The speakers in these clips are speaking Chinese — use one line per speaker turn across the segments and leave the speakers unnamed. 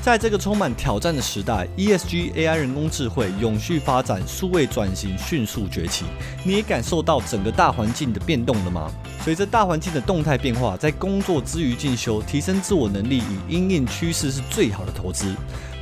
在这个充满挑战的时代，ESG、AI、人，E 工智慧、永续发展、数位转型迅速崛起，你也感受到整个大环境的变动了吗？随着大环境的动态变化，在工作之余进修，提升自我能力与因应趋势是最好的投资。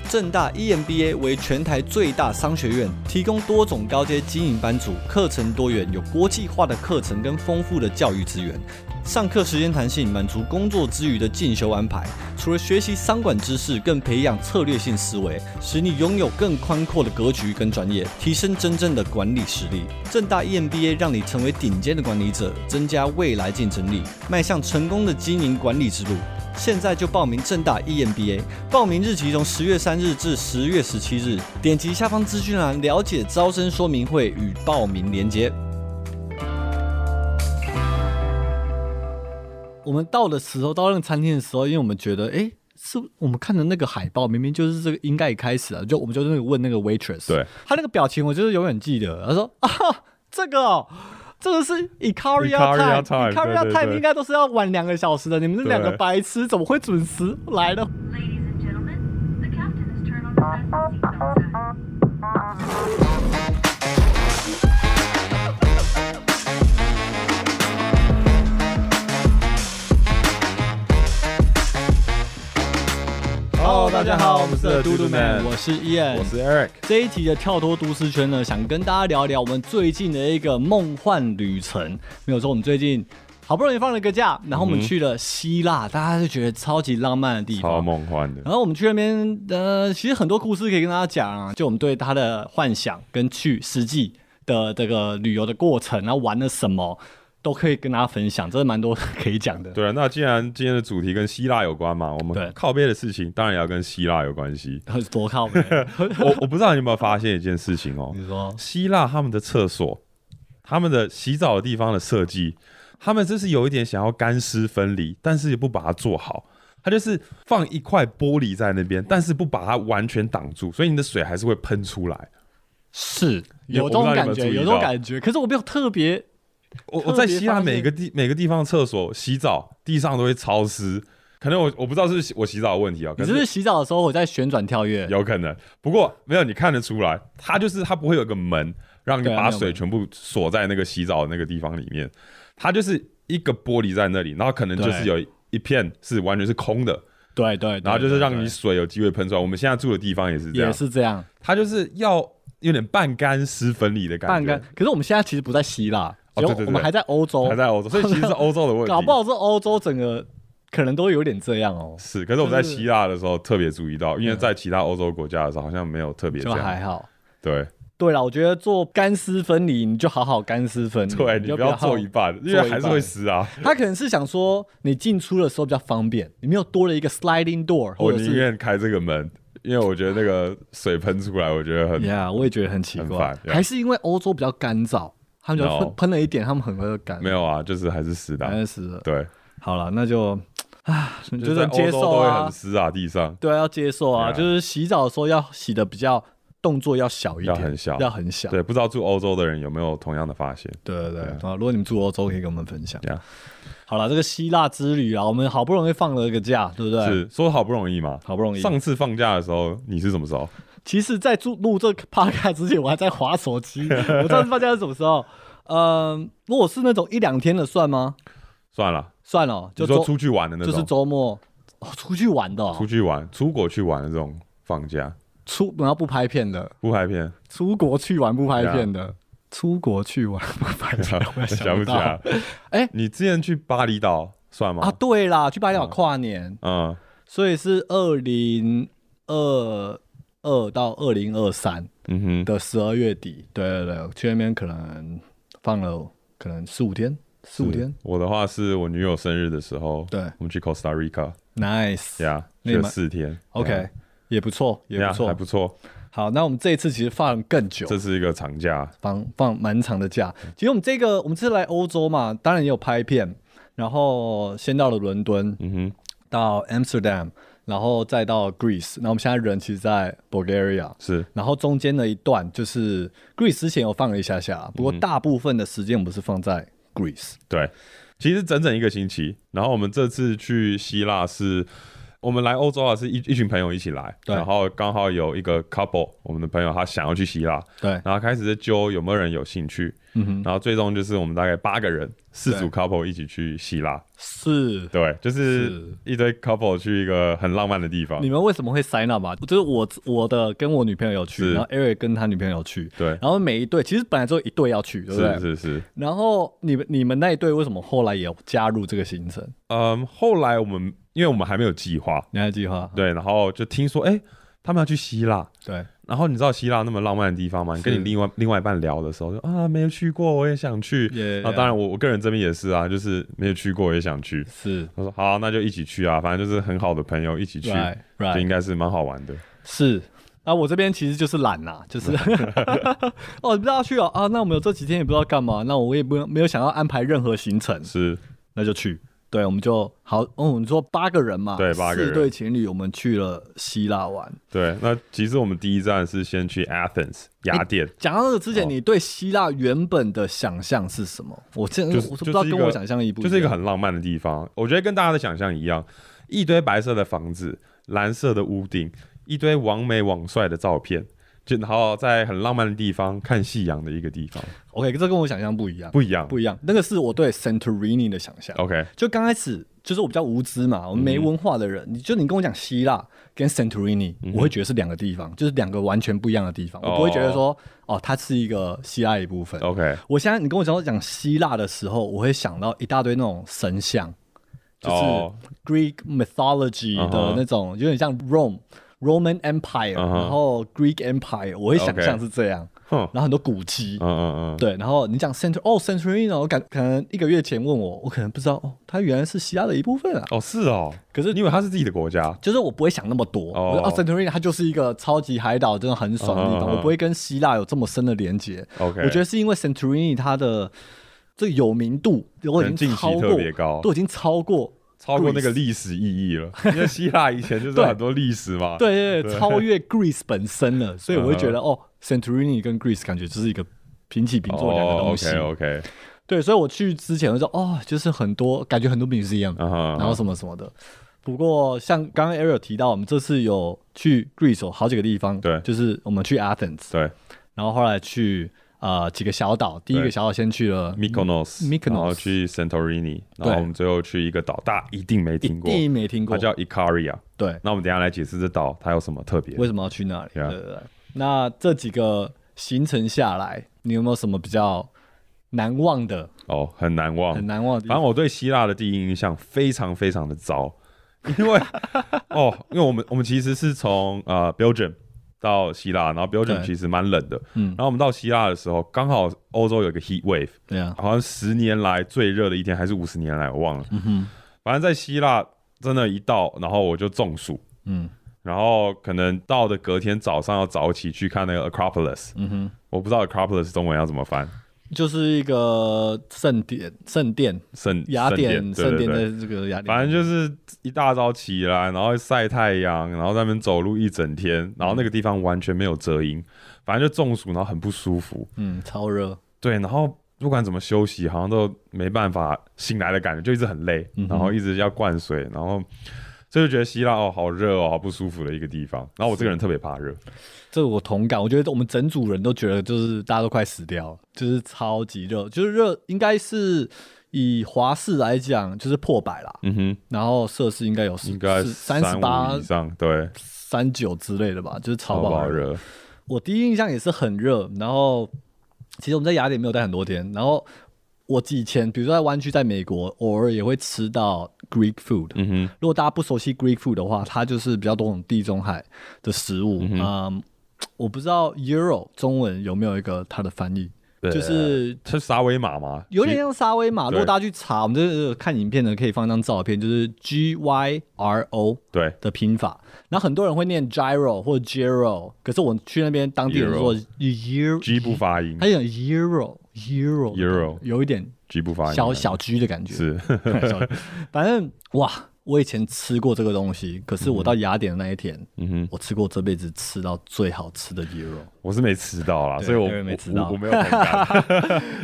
正大 E EMBA 为全台最大商学院，提供多种高阶经营班组，课程多元，有国际化的课程跟丰富的教育资源。上课时间弹性，满足工作之余的进修安排。除了学习商管知识，更培养策略性思维，使你拥有更宽阔的格局跟专业，提升真正的管理实力。正大 E EMBA 让你成为顶尖的管理者，增加未来竞争力，迈向成功的经营管理之路。现在就报名正大 E EMBA，报名日期从十月三日至十月十七日。点击下方资讯栏了解招生说明会与报名连接。我们到的时候，到那个餐厅的时候，因为我们觉得，哎、是我们看的那个海报，明明就是这个应该一开始啊，就我们就那个问那个 waitress，
对，
他那个表情我就是永远记得，他说啊，这个哦。这个是 Icaria
Ikaria time，对
time，Icaria
对
time
对
应该都是要晚两个小时的。你们这两个
对
白痴怎么会准时来呢？
Ladies and gentlemen, the captain has turned on the fasten seatbelt sign.
我是 Ian，
我是 Eric。
这一集的跳脱都市圈呢，想跟大家聊聊我们最近的一个梦幻旅程。没有说我们最近好不容易放了个假，然后我们去了希腊，大家就觉得超级浪漫的地
超
方。
梦幻的，
然后我们去那边，呃，其实很多故事可以跟大家讲啊，就我们对他的幻想跟去实际的这个旅游的过程，然后玩了什么，都可以跟大家分享，真的蛮多可以讲的。
对啊，那既然今天的主题跟希腊有关嘛，我
对。
们靠背的事情当然也要跟希腊有关 系
多靠谱！
我我不知道你有没有发现一件事情哦，
你说
希腊他们的厕所、他们的洗澡的地方的设计，他们就是有一点想要干湿分离，但是也不把它做好。它就是放一块玻璃在那边，但是不把它完全挡住，所以你的水还是会喷出来。
是
有
有这种
我不
感
知道你有没有
觉，
注意
有这种
到
感觉，可是我没有特别
我
特别
我在希腊
发现
每个地每个地方厕所洗澡地上都会潮湿，可能我我不知道是不是我洗澡的问题啊，可
你是不是洗澡的时候我在旋转跳跃？
有可能。不过没有你看得出来，它就是它不会有个门让你
对啊
把
没有
水
门
全部锁在那个洗澡的那个地方里面，它就是一个玻璃在那里，然后可能就是有一片是完全是空的，
对对对，
然后就是
对
让你
对
水有机会喷出来。我们现在住的地方也是这
也
样，
是这样
它就是要有点半干湿分离的感觉，
半干。可是我们现在其实不在希腊，
哦
有
对对对
我们还在欧洲，
还在欧洲，所以其实是欧洲的问题。
搞不好是欧洲整个可能都有点这样哦，
是，可是我在
就是嗯
希腊的时候特别注意到，因为在其他欧洲国家的时候好像没有特别这
就还
样。
好。
对
对了，我觉得做干湿分离，你就好好干湿分离，
对，你不要
好
做一半，因
做
为
一
还是
半
会 湿啊。
他可能是想说，你进出的时候比较方便，你没有多了一个 sliding door，
我
或者
宁
是
愿开这个门，因为我觉得那 个水喷出来，我觉得很
yeah，我也觉得很奇怪
很，烦，yeah
还是因为欧洲比较干燥，他们就
No
喷喷了一点，他们很会干，
没有啊，就是还是湿的啊、
还是死了。
对，
好了，那就啊，你就
在
是
欧
接
洲
受
都会
啊
很，湿啊，地上。
对啊，要接受啊，
对啊
就是洗澡的时候要洗的比较动作要小一点，
要很小
要很小，
对，不知道住欧洲的人有没有同样的发现？
对对对
对啊
啊！如果你们住欧洲，可以跟我们分享。
Yeah
好了，这个希腊之旅啊，我们好不容易放了个假，对不对？。
是说好不容易嘛，
好不容易
上次放假的时候，你是什么时候？
其实，在录录这个 podcast 之前，我还在划手 机。我上次放假是什么时候？嗯，如果是那种一两天的算吗？
算了，
算了，就
你说
周
出去玩的那
就
种，
是周末哦，出去玩的、哦
出，去玩、出国去玩的这种放假，啊
出然后不拍片的，
不拍片，
出国去玩不拍
对啊
片的，出国去玩不拍片， 我也
想
不
不起来
到。。 哎
你之前去巴厘岛算吗？
啊，对啦，去巴厘岛跨年，
嗯，
所以是二零二二到二零二三
嗯哼，
的十二月底。对对对，去那边可能放了可能四五天，四五
是
天。
我的话是我女友生日的时候，
对
我们去 Costa Rica，
，nice，OK，、
呀，
那
去
你
了
们
四天
OK，也不错，也
呀
不错
还不错。
好，那我们这一次其实放更久，
这嗯是一个长假，
放放蛮长的假。其实我们这个我们这次来欧洲嘛，当然也有拍片，然后先到了伦敦，
嗯哼，
到 Amsterdam，然后再到 Greece。那我们现在人其实，在 Bulgaria。
是
然后中间的一段就是 Greece 之前有放了一下下，不过
嗯
大部分的时间我们是放在 Greece。
对。其实整整一个星期，然后我们这次去希腊是，我们来欧洲啊，是一一群朋友一起来，
对
然后刚好有一个 couple，我们的朋友他想要去希腊，
对，
然后开始在揪有没有人有兴趣，
嗯哼，
然后最终就是我们大概八个人，四组
对
couple 一起去希腊，
是。
对，就是
是
一堆 couple 去一个很浪漫的地方
你，们为什么会 sign up 啊？就是我我的跟我女朋友有去，
是
然后 Eric 跟他女朋友有去，
对，
然后每一队其实本来只有一队要去，对不对？
是是是，
然后你们你们那一队为什么后来也有加入这个行程？
嗯，后来我们因为我们还没有计划，
你还计划？
对，然后就听说哎、他们要去希腊，
对
然后你知道希腊那么浪漫的地方吗？你跟你
是
另外另外一半聊的时候，就啊没有去过，我也想去。
Yeah,
啊，当然我我个人这边也是啊，就是没有去过我也想去。
是
他说好啊、那就一起去啊，反正就是很好的朋友一起去
，right
就应
right
该是蛮好玩的。
是。啊，我这边其实就是懒啦、就是 哦，你不知道要去哦啊，那我们有这几天也不知道干嘛，那我也不没有想要安排任何行程，
是
那就去。对，我们就好，哦，我们说八个人嘛，
对八个人
四对情侣，我们去了希腊玩。
对，那其实我们第一站是先去 Athens 雅典，
讲到这个之前，
哦
你对希腊原本的想象是什么？我真的
就是
嗯我不
就是
知道
一
跟
个
我想象一不
就是一个
样
很浪漫的地方。我觉得跟大家的想象一样，一堆白色的房子，蓝色的屋顶，一堆王美网帅的照片，就然后在很浪漫的地方看夕阳的一个地方，
OK，这跟我想象不一样，
不一样，
不一样。那个是我对 Santorini 的想象。
OK，
就刚开始就是我比较无知嘛，我们
嗯
没文化的人，你就你跟我讲希腊跟 Santorini，、我
嗯
会觉得是两个地方，就是两个完全不一样的地方，我不会觉得说哦，它是一个希腊的一部分。
OK，
我现在你跟我讲讲希腊的时候，我会想到一大堆那种神像，就是
哦
Greek mythology
嗯
的
哼
那种有点像 Rome。Roman Empire，、
嗯哼
然后 Greek Empire，我会想
OK
象是这样
哼，
然后很多古迹，
嗯嗯嗯，
对，然后你讲 Center 哦 Centurino，我感可能一个月前问我，我可能不知道哦，它原来是希腊的一部分啊。
哦是哦，
可是
因为它是自己的国家，
就是我不会想那么多，
哦
我说哦 Centurino 它就是一个超级海岛，真的很爽的地
嗯嗯
方，
嗯
我不会跟希腊有这么深的连接。
OK
我觉得是因为 Centurino 它的这个有名度，我已
能
经
晋级
超
特
过
别高，
都已经超过。
超过那
Greece
个历史意义了，因为希腊以前就是
对
很多历史嘛，
对对对，
对
超越 Greece 本身 了，所以我会觉得、
嗯
哦，Santorini 跟 Greece 感觉就是一个平起平坐两个东西。
o k OK，
对，所以我去之前我就说哦，就是很多感觉很多 museum，、
嗯哼，
然后什么什么的。不过像刚刚 Ariel 提到，我们这次有去 Greece 有好几个地方，
对
就是我们去 Athens，
对
然后后来去呃几个小岛，第一个
对
小岛先去了嗯
Mykonos，
Mykonos
然后去 Santorini，然后我们最后去一个岛，大家一定没
一
听过，
定没听过
它，叫 Ikaria。
对，
那我们等一下来解释这岛它有什么特别。
为什么要去那里？对
Yeah
对对。那这几个行程下来，你有没有什么比较难忘的、
哦，很难忘。
很难忘的地
反正
方？
我对希腊的第一印象非常非常的糟， 因为哦，因为我们我们其实是从呃 Belgium 到希腊，然后 Belgium
对
其实蛮冷的，
嗯
然后我们到希腊的时候，刚好欧洲有一个 heat wave，
对啊，
好像十年来最热的一天，还是五十年来，我忘了。反正在希腊真的，一到然后我就中暑，
嗯
然后可能到的隔天早上要早起去看那个 Acropolis，、
嗯哼，
我不知道 Acropolis 中文要怎么翻，
就是一个圣殿，圣殿，
圣
雅典
典
圣
对
殿
对对。
的这个雅典，
反正就是一大早起来，然后晒太阳，然后在那边走路一整天，然后那个地方完全没有遮阴，反正就中暑，然后很不舒服。
嗯超热，
对，然后不管怎么休息，好像都没办法醒来的感觉，就一直很累，
嗯
然后一直要灌水，然后所以就觉得希腊哦好热哦，好不舒服的一个地方。然后我这个人特别怕热，
这我同感，我觉得我们整组人都觉得就是大家都快死掉了，就是超级热，就是热应该是以华氏来讲就是破百啦，
嗯哼，
然后摄氏应该有应
应该
三十八
35以、上，对，
三九之类的吧，就是超
好不
爆
好。热？
我第一印象也是很热，然后其实我们在雅典没有待很多天，然后我以前比如说在湾区，在美国偶尔也会吃到 Greek food，
嗯哼，
如果大家不熟悉 Greek food 的话，它就是比较多种地中海的食物。嗯我不知道 Euro 中文有没有一个它的翻译，
对
就是
吃沙威玛嘛，
有点
其
像沙威玛。
对
如果大家去查，我们这个看影片的可以放一张照片，就是 G Y R O
对
的拼法。然后很多人会念 gyro 或 gyro，可是我去那边当地人说 euro，
G 不发音
他讲 euro euro
Euro
有一点
，G 不发音，
小小 G 的感觉。
是
小反正哇，我以前吃过这个东西，可是我到雅典的那一天，
嗯哼，
我吃过这辈子吃到最好吃的鸡肉。
我是没吃到啦，
对
所以我
因为没
我
吃到
我我没有同感。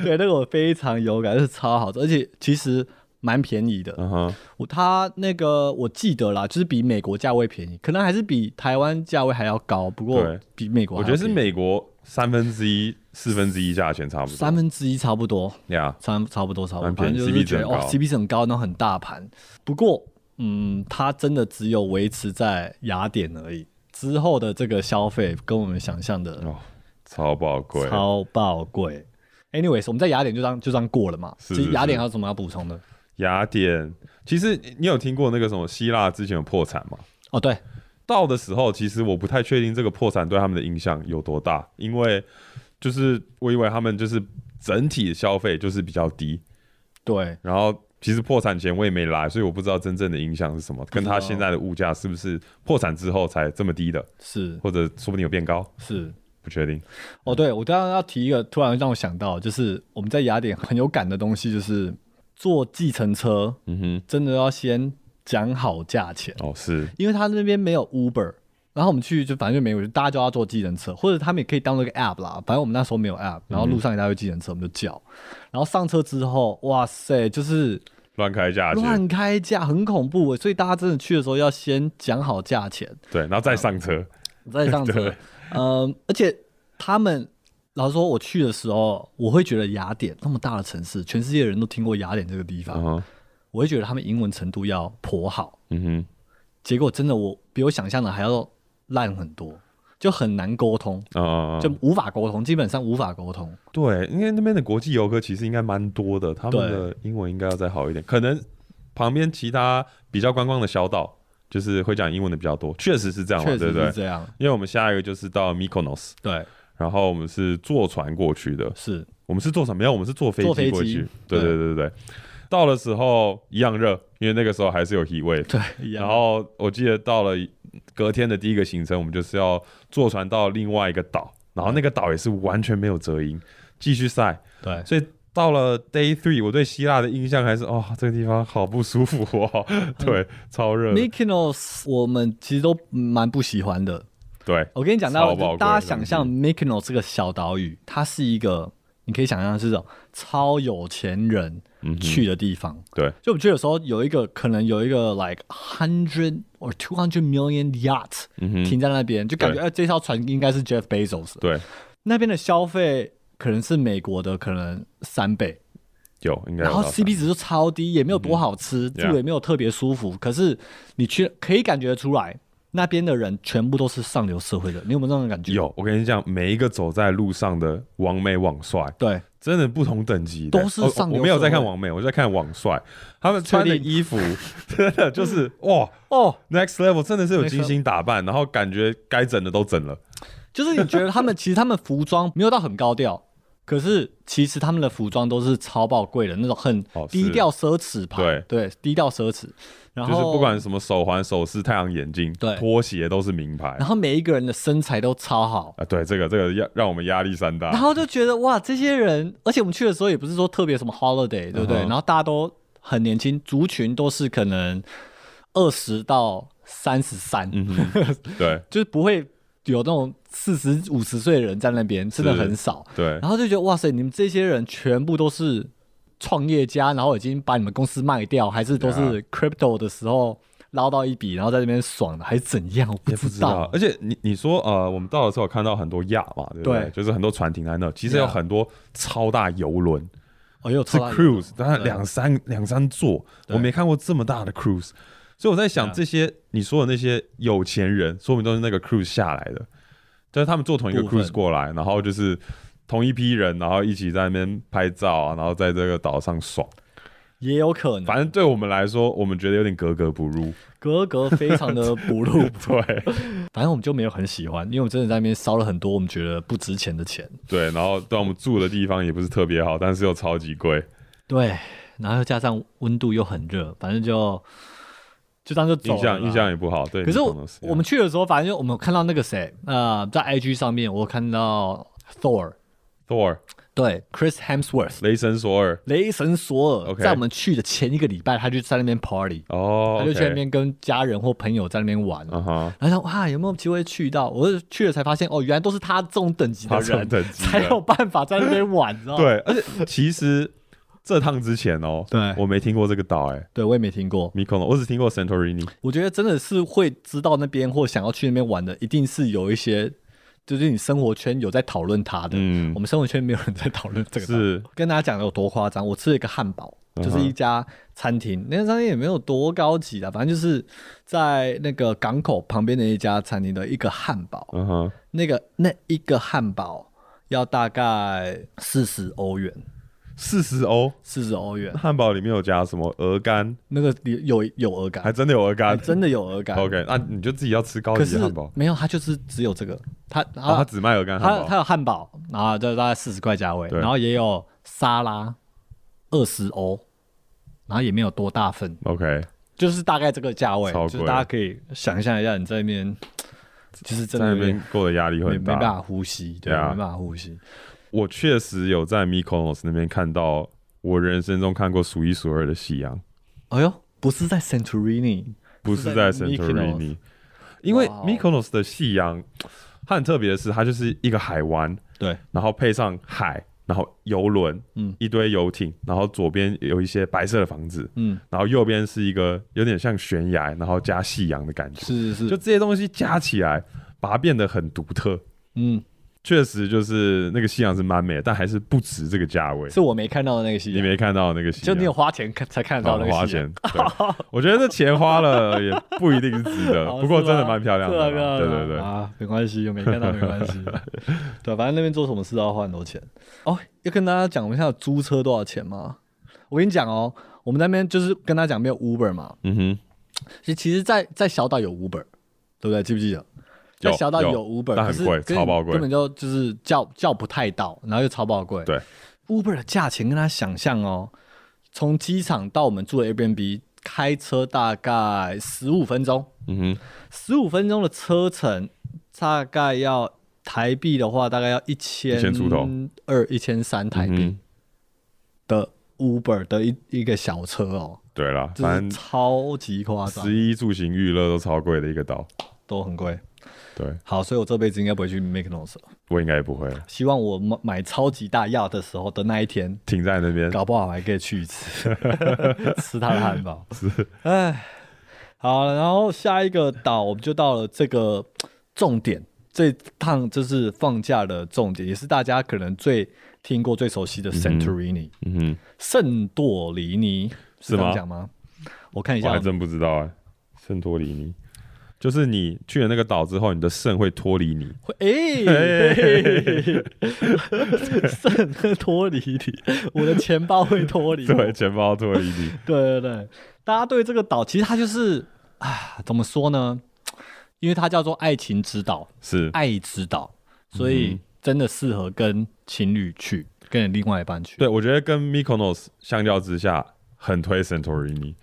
对，那个我非常有感，就是超好吃，而且其实蛮便宜的。
嗯哼，
我它那个我记得啦，就是比美国价位便宜，可能还是比台湾价位还要高，不过
对
比美国
我
还
觉
要
得是
便宜
美国三分之一、四分之一价钱差不多。
三分之一差不多，
呀
差差不多差不多，
蛮
反
便宜
正就是觉得
CP 值很
哦
高
，CP 值很高，然后很大盘。不过，嗯，它真的只有维持在雅典而已，之后的这个消费跟我们想象的
哦，超宝贵。
超爆贵。Anyways，我们在雅典就这样就这样过了嘛。
是
其实
是
雅
是
典还有什么要补充的？
雅典，其实你有听过那个什么希腊之前有破产吗？
哦，对，
到的时候，其实我不太确定这个破产对他们的影响有多大，因为就是我以为他们就是整体的消费就是比较低，
对，
然后其实破产前我也没来，所以我不知道真正的影响是什么，跟他现在的物价是不是破产之后才这么低的，
是
或者说不定有变高，
是。
不确定。
哦，对，我刚刚要提一个，突然让我想到，就是我们在雅典很有感的东西，就是坐计程车
嗯哼，
真的要先讲好价钱，
哦是，
因为他那边没有 Uber，然后我们去就反正就没有，就大家就要坐计程车，或者他们也可以当那个 app 啦。反正我们那时候没有 app，然后路上一大堆计程车，我们就叫，然后上车之后，哇塞，就是
乱开价钱，
乱开价，很恐怖耶，欸所以大家真的去的时候要先讲好价钱，
对，然后再上车，
再上车
对。
嗯，而且他们老实说，我去的时候，我会觉得雅典那么大的城市，全世界的人都听过雅典这个地
嗯
方，
哼，
我会觉得他们英文程度要颇好。
嗯哼，
结果真的我比我想象的还要烂很多，就很难沟通，
啊啊啊
就无法沟通，基本上无法沟通。
对，因为那边的国际游客其实应该蛮多的，他们
对
的英文应该要再好一点。可能旁边其他比较观光的小岛，就是会讲英文的比较多，确实是这样嘛，
确
嗯对
实
不
是
对？
这样，
因为我们下一个就是到 Mykonos，
对，
然后我们是坐船过去的，
是
我们是坐船没有，我们是坐飞
坐飞
机过
机
去。对
对
对对对对，到的时候一样热，因为那个时候还是有 heat wave。
对。一样
然后我记得到了隔天的第一个行程，我们就是要坐船到另外一个岛，然后那个岛也是完全没有遮阴，继续晒。
对，
所以到了 day three，我对希腊的印象还是哦，这个地方好不舒服哦，
嗯
对，超热的，
Mykonos 我们其实都蛮不喜欢的。
对，
我跟你讲到
超宝贵，的
大家想象
东
Mykonos 这个小岛屿，它是一个你可以想象是这种超有钱人
嗯哼
去的地方。
对，
就我们去的时候，有一个可能有一个 like hundred or two hundred million yacht
嗯哼，
停在那边，就感觉
对
哎、这艘船应该是 Jeff Bezos 的。
对，
那边的消费可能是美国的可能三倍，
有应该有
然后
到三
CP 值就超低，也没有多好吃，住
Yeah
的也没有特别舒服。可是你去可以感觉得出来，那边的人全部都是上流社会的，你有没有这种感觉？，
有，我跟你讲，每一个走在路上的王美网帅，
对，
真的不同等级的
都是
哦
上
我
流
我没有在
社
看
会
王美，我在看网帅，他们穿的
确定
衣服真的就是哇
哦，
，next level 真的是有
Next
精心打扮，然后感觉该整的都整了，
就是你觉得他们其实他们服装没有到很高调， 可是其实他们的服装都是超爆贵的那种，很
哦是
低调奢侈牌，
对
低调奢侈。然
就
后
是不管什么手环、首饰、太阳眼镜、
对
拖鞋都是名牌
然后每一个人的身材都超好。
啊，对，这个这个要让我们压力山大
然。后就觉得哇，这些人，而且我们去的时候也不是说特别什么 holiday，对不对？
嗯哼
然后大家都很年轻，族群都是可能二十到三十三，
嗯哼，对
就是不会有那种四十五十岁的人在那边，真的
是
很少。
对
然后就觉得哇塞，你们这些人全部都是创业家，然后已经把你们公司卖掉，还是都
对啊
是 crypto 的时候捞到一笔，然后在那边爽的，还是怎样？我
也
知
不知道。而且你你说呃，我们到的时候有看到很多亚嘛，对不对？
对
就是很多船停在那，其实
Yeah
有很多超大游轮，
哦，有
是
超大的
cruise，当然
对
两三两三座，
对啊
我没看过这么大的 cruise。所以我在想，
Yeah
这些你说的那些有钱人，说明都是那个 cruise 下来的，就是他们坐同一个
部分
cruise 过来，然后就是同一批人，然后一起在那边拍照啊，然后在这个岛上爽。
也有可能
反正对我们来说，我们觉得有点格格不入。
格格非常的不入不入，
对，
反正我们就没有很喜欢，因为我们真的在那边烧了很多我们觉得不值钱的钱，
对，然后对我们住的地方也不是特别好，但是又超级贵，
对，然后又加上温度又很热，反正就就这样就走了
印
啦
象印象也不好。对，
可是
你
我
懂的
我们去的时候，反正就我们有看到那个谁，呃，在 IG 上面我有看到 Thor，
Thor
对，Chris Hemsworth，
雷神索尔
雷神索尔
OK
在我们去的前一个礼拜，他就在那边 party，、
哦，
他就
OK
去那边跟家人或朋友在那边玩。
嗯哼，
然后想哇，有没有机会去到？我就去了才发现，哦，原来都是他这种等级的
他这种
人
等级的
啊才有办法在那边玩，你知道吗？
对，而且其实这趟之前哦，
哦对
我没听过这个岛哎、
对我也没听过。
m i k o n 我只听过 Santorini。
我觉得真的是会知道那边或想要去那边玩的，一定是有一些，就是你生活圈有在讨论它的。
嗯
我，们生活圈没有人在讨论这个。
是
跟大家讲的有多夸张，我吃了一个汉堡，
嗯
就
哼
是一家餐厅，那家餐厅也没有多高级啦，反正就是在那个港口旁边的一家餐厅的一个汉堡，
嗯哼，
那个那一个汉堡要大概四十欧元，
四十欧
四十欧元，
汉堡里面有加什么鹅肝，
那个里有有鹅
还
肝，
真的有鹅
还
肝，
真的有鹅肝，
OK，那你就自己要吃高
可
级
是
的汉堡。
没有，它就是只有这个，它它、
啊，他只卖鹅肝汉
它
堡。
它有汉堡，然后就大概四十块价位，
对
然后也有沙拉，二十欧，然后也没有多大份。
OK，
就是大概这个价位，
超
就是
贵
大家可以想象一下，你在那边就是真的
在那
有点
边过的压力
没
会很
没办法
大。
呼吸，对，
对啊
没办法呼吸。
我确实有在 Mykonos 那边看到我人生中看过数一数二的夕阳，
哎呦，不是在 Santorini，
不
是
是
在
在
Mykonos
Santorini，因为
哇哦
Mykonos 的夕阳，它很特别的是，它就是一个海湾，
对，
然后配上海，然后游轮，
嗯
一堆游艇，然后左边有一些白色的房子，
嗯，
然后右边是一个有点像悬崖，然后加夕阳的感觉，
是是，
就是这些东西加起来，把它变得很独特。
嗯，
确实就是那个夕阳是蛮美的，但还是不值这个价位。
是我没看到的那个戏，啊
你没看到那个夕
就
阳，
你有花钱看才看得
好
到那个啊
哦花
夕阳
钱。对，我觉得这钱花了也不一定是值得，
哦
不过
是
真的
吗
蛮漂亮的啦。
是啊
对
啊
对对，
啊，没关系，有没看到没关 系。对，反正那边做什么事都要花很多钱。哦，要跟大家讲一下租车多少钱吗？我跟你讲哦，我们那边就是跟大家讲没有 Uber 嘛，
嗯哼，
其其实在，在小岛有 Uber，对不对？记不记得？在
有
小岛
有
Uber，
但
可
很
是
贵
根
超爆贵
根本就就是叫叫不太到，然后又超爆贵。
对
，Uber 的价钱跟他想象哦，从机场到我们住的 Airbnb 开车大概十五分钟，
嗯
十五分钟的车程大概要台币的话，大概要一千
1000出头
二一千三
哼，
台
嗯
币
哼，
的 Uber 的一一个小车哦，
对啦，
这
反
是
正
超级夸张
十，一住行娱乐都超贵的一个岛。
都很贵。
对，
好，所以我这辈子应该不会去 Make n o s
我应该也不会了，
希望我买买超级大药的时候的那一天，
停在那边。
搞不好还可以去一次， 吃他的汉 堡。是，哎，好，然后下一个岛我们就到了这个重点，这趟就是放假的重点，也是大家可能最听过、最熟悉的 Santorini、
嗯
圣多里尼，这
是
样
吗
讲吗？我看一
哼，我
下
还，真不知道哎、圣托里尼，就是你去了那个岛之后，你的肾会脱离你。
会哎， 圣托里尼， 我的钱包会脱离我，
对，钱包脱离你。
对对对，大家对这个岛其实它就是啊，怎么说呢？因为它叫做爱情之岛、
是，
爱之
嗯
岛，所以真的适合跟情侣去，跟你另外一半去，
对我觉得跟 Mykonos 相较之下，很推 Santorini，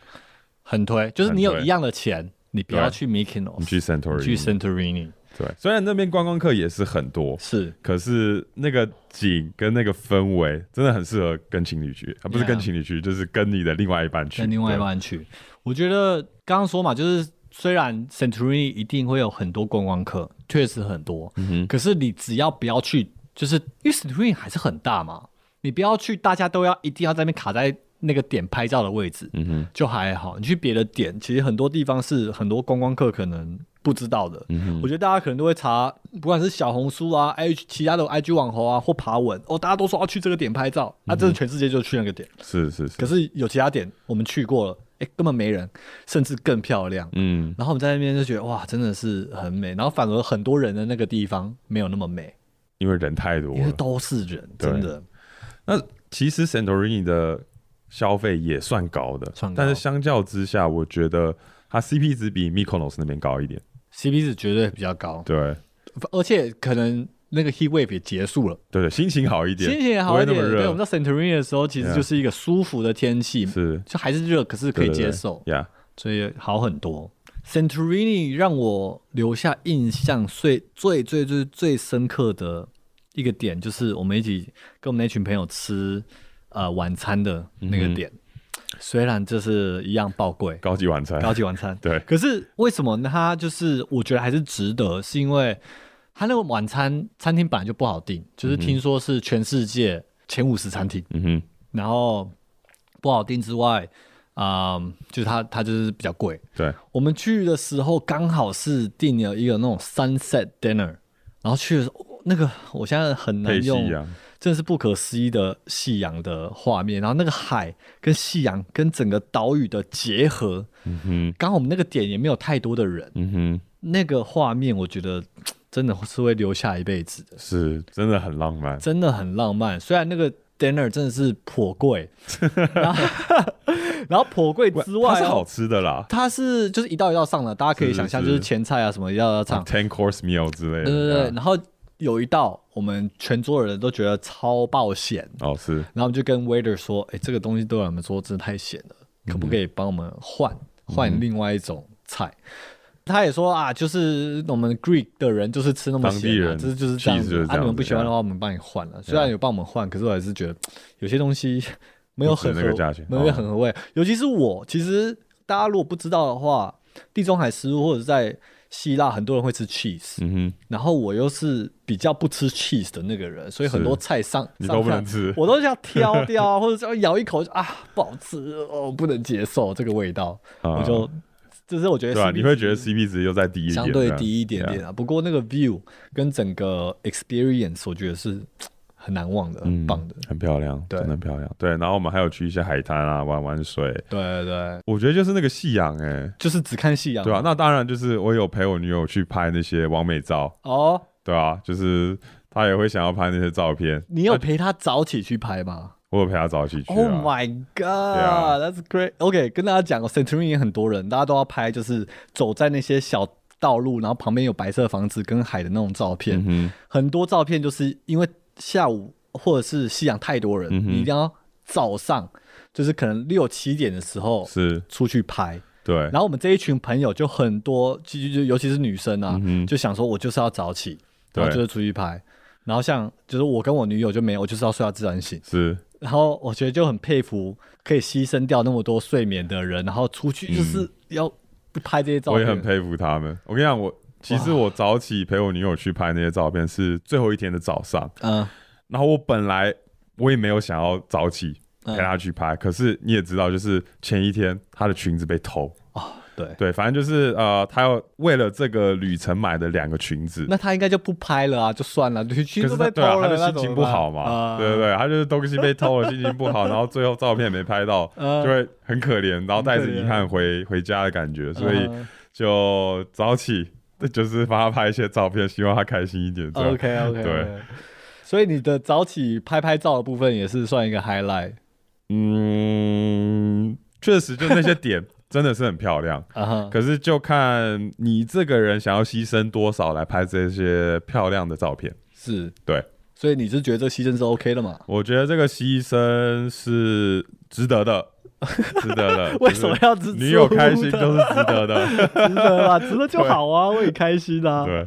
很推。就是
很
你有
推
一样的钱，你不要
对
去 Mykonos，
你去
你去
Santorini，
Santorini，
对，虽然那边观光客也是很多，
是
可是那个景跟那个氛围真的很适合跟情侣去，啊，不是
Yeah
跟情侣去，就是跟你的另外一半去，
跟另外一半去。我觉得刚刚说嘛，就是虽然 Santorini 一定会有很多观光客，确实很多，
嗯
可是你只要不要去，就是因为 Santorini 还是很大嘛，你不要去，大家都要一定要在那边卡在那个点拍照的位置，
对，嗯哼，
就还好。你去别的点，其实很多地方是很多观光客可能不知道的。
嗯
我觉得大家可能都会查，不管是小红书啊、H 其他的 IG 网红啊或爬文，哦，大家都说要去这个点拍照，
嗯
那、真的全世界就去那个点。
是是
可
是，
是有其他点我们去过了，哎、根本没人，甚至更漂亮。
嗯，
然后我们在那边就觉得哇，真的是很美。然后反而很多人的那个地方没有那么美，
因为人太多
因为
了。
都是人，
对
真的
那其实 Santorini 的消费也算高的，
算高
但是相较之下，我觉得它 CP 值比 Mykonos 那边高一点，
CP 值绝对比较高，
对。
而且可能那个 heat wave 也结束了，
对对，心情好一点，
心情也好一点。
不会那么
对，我
热
们到 Santorini 的时候，其实
Yeah
就是一个舒服的天气，
是
就还是热，可是可以接受。
呀。
所以好很多。Santorini 让我留下印象最最最最最深刻的一个点，就是我们一起跟我们那群朋友吃呃晚餐的那个点，虽然就是一样爆贵
Yeah，，高级晚餐，
嗯高级晚餐，
对
可是为什么它就是我觉得还是值得，是因为它那个晚餐餐厅本来就不好订，就是听说是全世界前五十餐厅，
嗯哼，
然后不好订之外，啊、就是它它就是比较贵。
对，
我们去的时候刚好是订了一个那种 sunset dinner，然后去的时候哦那个我现在很
配
难
夕
用，
阳，
真的是不可思议的夕阳的画面，然后那个海跟夕阳跟整个岛屿的结合，
嗯哼，
刚好我们那个点也没有太多的人，
嗯哼，
那个画面我觉得真的是会留下一辈子的，
是真的很浪漫。
真的很浪漫。虽然那个 dinner 真的是颇 贵， 然后然后颇贵之外、哦
它是好吃的啦
它是就是一道一道上的，大家可以
是
想象
是啊
就是前菜啊什么一道一道上，
哦，ten course meal 之类的。
对对对。然后有一道我们全桌人都觉得超爆咸，
哦是，
然后我们就跟 waiter 说：“哎、这个东西对我们说真的太咸了，
嗯
可不可以帮我们换换另外一种菜？”他也说啊，就是我们 Greek 的人就是吃那么
当地
咸、啊，
人
这就是这样
cheese 就是
子。
这
啊，
样
你们
子
不喜欢的
对啊
话，我们帮你换了。虽然有帮我们换，可是我还是觉得有些东西 没有很
不
合
值那个价钱
没有
哦
很合味。尤其是我，其实大家如果不知道的话，地中海食物或者在希腊，很多人会吃 cheese，、
嗯哼，
然后我又是比较不吃 cheese 的那个人，所以很多菜上
你
上
都不
菜
能吃
我都想挑掉啊，或者要咬一口就啊不好吃哦，不能接受这个味道，
啊
我就就是我觉得
对吧？
CP
你会觉得 CP 值又再低一点，
相对
这样
低一点点。啊，不过那个 view 跟整个 experience 我觉得是很难忘的，很
嗯，
棒的。
很漂亮，
对
真的很漂亮。对，然后我们还有去一些海滩啊，玩玩水。
对对对，
我觉得就是那个夕阳，哎，
就是只看夕阳，
对吧、啊那当然就是我有陪我女友去拍那些完美照，
哦，
对啊，就是她也会想要拍那些照片。
你有陪他早起去拍吗
我有陪她早起去
？Oh
啊。
my god，that's great。OK，跟大家讲哦，Centurion 也很多人，大家都要拍，就是走在那些小道路，然后旁边有白色房子跟海的那种照片。
嗯
很多照片就是因为下午或者是夕阳太多人，
嗯哼
你一定要早上，就是可能六七点的时候
哼，是，
出去拍。
对
然，后我们这一群朋友就很多，就就就尤其是女生啊，
嗯哼
就想说我就是要早起，
对
然后就是出去拍。然后像就是我跟我女友就没有，我就是要睡到自然醒。
是，
然后我觉得就很佩服可以牺牲掉那么多睡眠的人，然后出去就是要拍这些照
嗯我
片。
也很佩服他们。我跟你讲，我其实我早起陪我女友去拍那些照片是最后一天的早上，
嗯，
然后我本来我也没有想要早起
嗯
陪她去拍，可是你也知道，就是前一天她的裙子被偷。
哦对。
对，反正就是呃，她要为了这个旅程买的两个裙子，
那他应该就不拍了啊，就算了，就去
可
都
是
被
他
偷
对啊，
了，
他就
那怎
心
么
情不
办
好嘛，
啊
对对对，他就是东西被偷了，心情 不好，然后最后照片没拍到，
嗯
就会很可怜，然后带着
很可怜
遗憾回回家的感觉，所以
嗯
就早起， 就是帮他拍一些照片，希望他开心一点。这样
OK OK，
对，
所以你的早起拍拍照的部分也是算一个 highlight
嗯，确实就那 些点真的是很漂亮。
啊哈，
可是就看你这个人想要牺牲多少来拍这些漂亮的照片。
是，
对，
所以你是觉得这牺牲是 OK 的 嘛？
我觉得这个牺牲是值 得的，值得的。
为什么要值
就是女友开心就是 值得的，
值得啦，值得就好啊，我也开心啊。
对，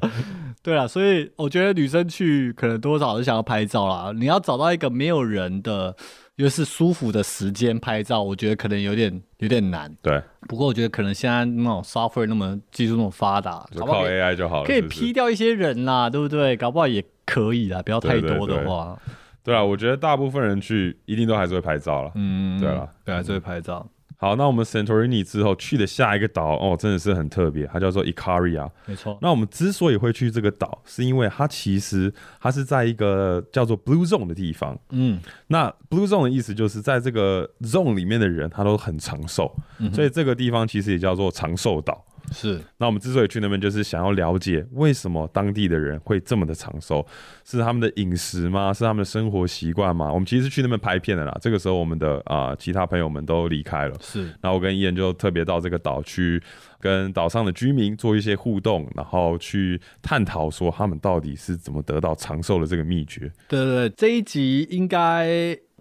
对啦，所以我觉得女生去可能多少是想要拍照啦，你要找到一个没有人的，就是舒服的时间拍照，我觉得可能有点有点难。
对，
不过我觉得可能现在那种 software 那么技术那么发达，
就
搞不好
靠
可以
AI 就好了。
可以
是不是
P 掉一些人啦，对不对？搞不好也可以啦，不要太
对对
多的
对
话，
对啊，我觉得大部分人去一定都还是会拍照了。
嗯，
对啦，
对啊，就会拍照。
好，那我们 Santorini 之后去的下一个岛哦，真的是很特别，它叫做 Icaria。
没错，
那我们之所以会去这个岛，是因为它其实它是在一个叫做 Blue Zone 的地方。
嗯，
那 Blue Zone 的意思就是在这个 Zone 里面的人，他都很长寿，所以这个地方其实也叫做长寿岛。
是
那我们之所以去那边，就是想要了解为什么当地的人会这么的长寿，是他们的饮食吗？是他们的生活习惯吗？我们其实是去那边拍片的啦。这个时候，我们的啊、呃其他朋友们都离开了，
是，
然后我跟伊人就特别到这个岛去跟岛上的居民做一些互动，然后去探讨说他们到底是怎么得到长寿的这个秘诀。
对对对，这一集应该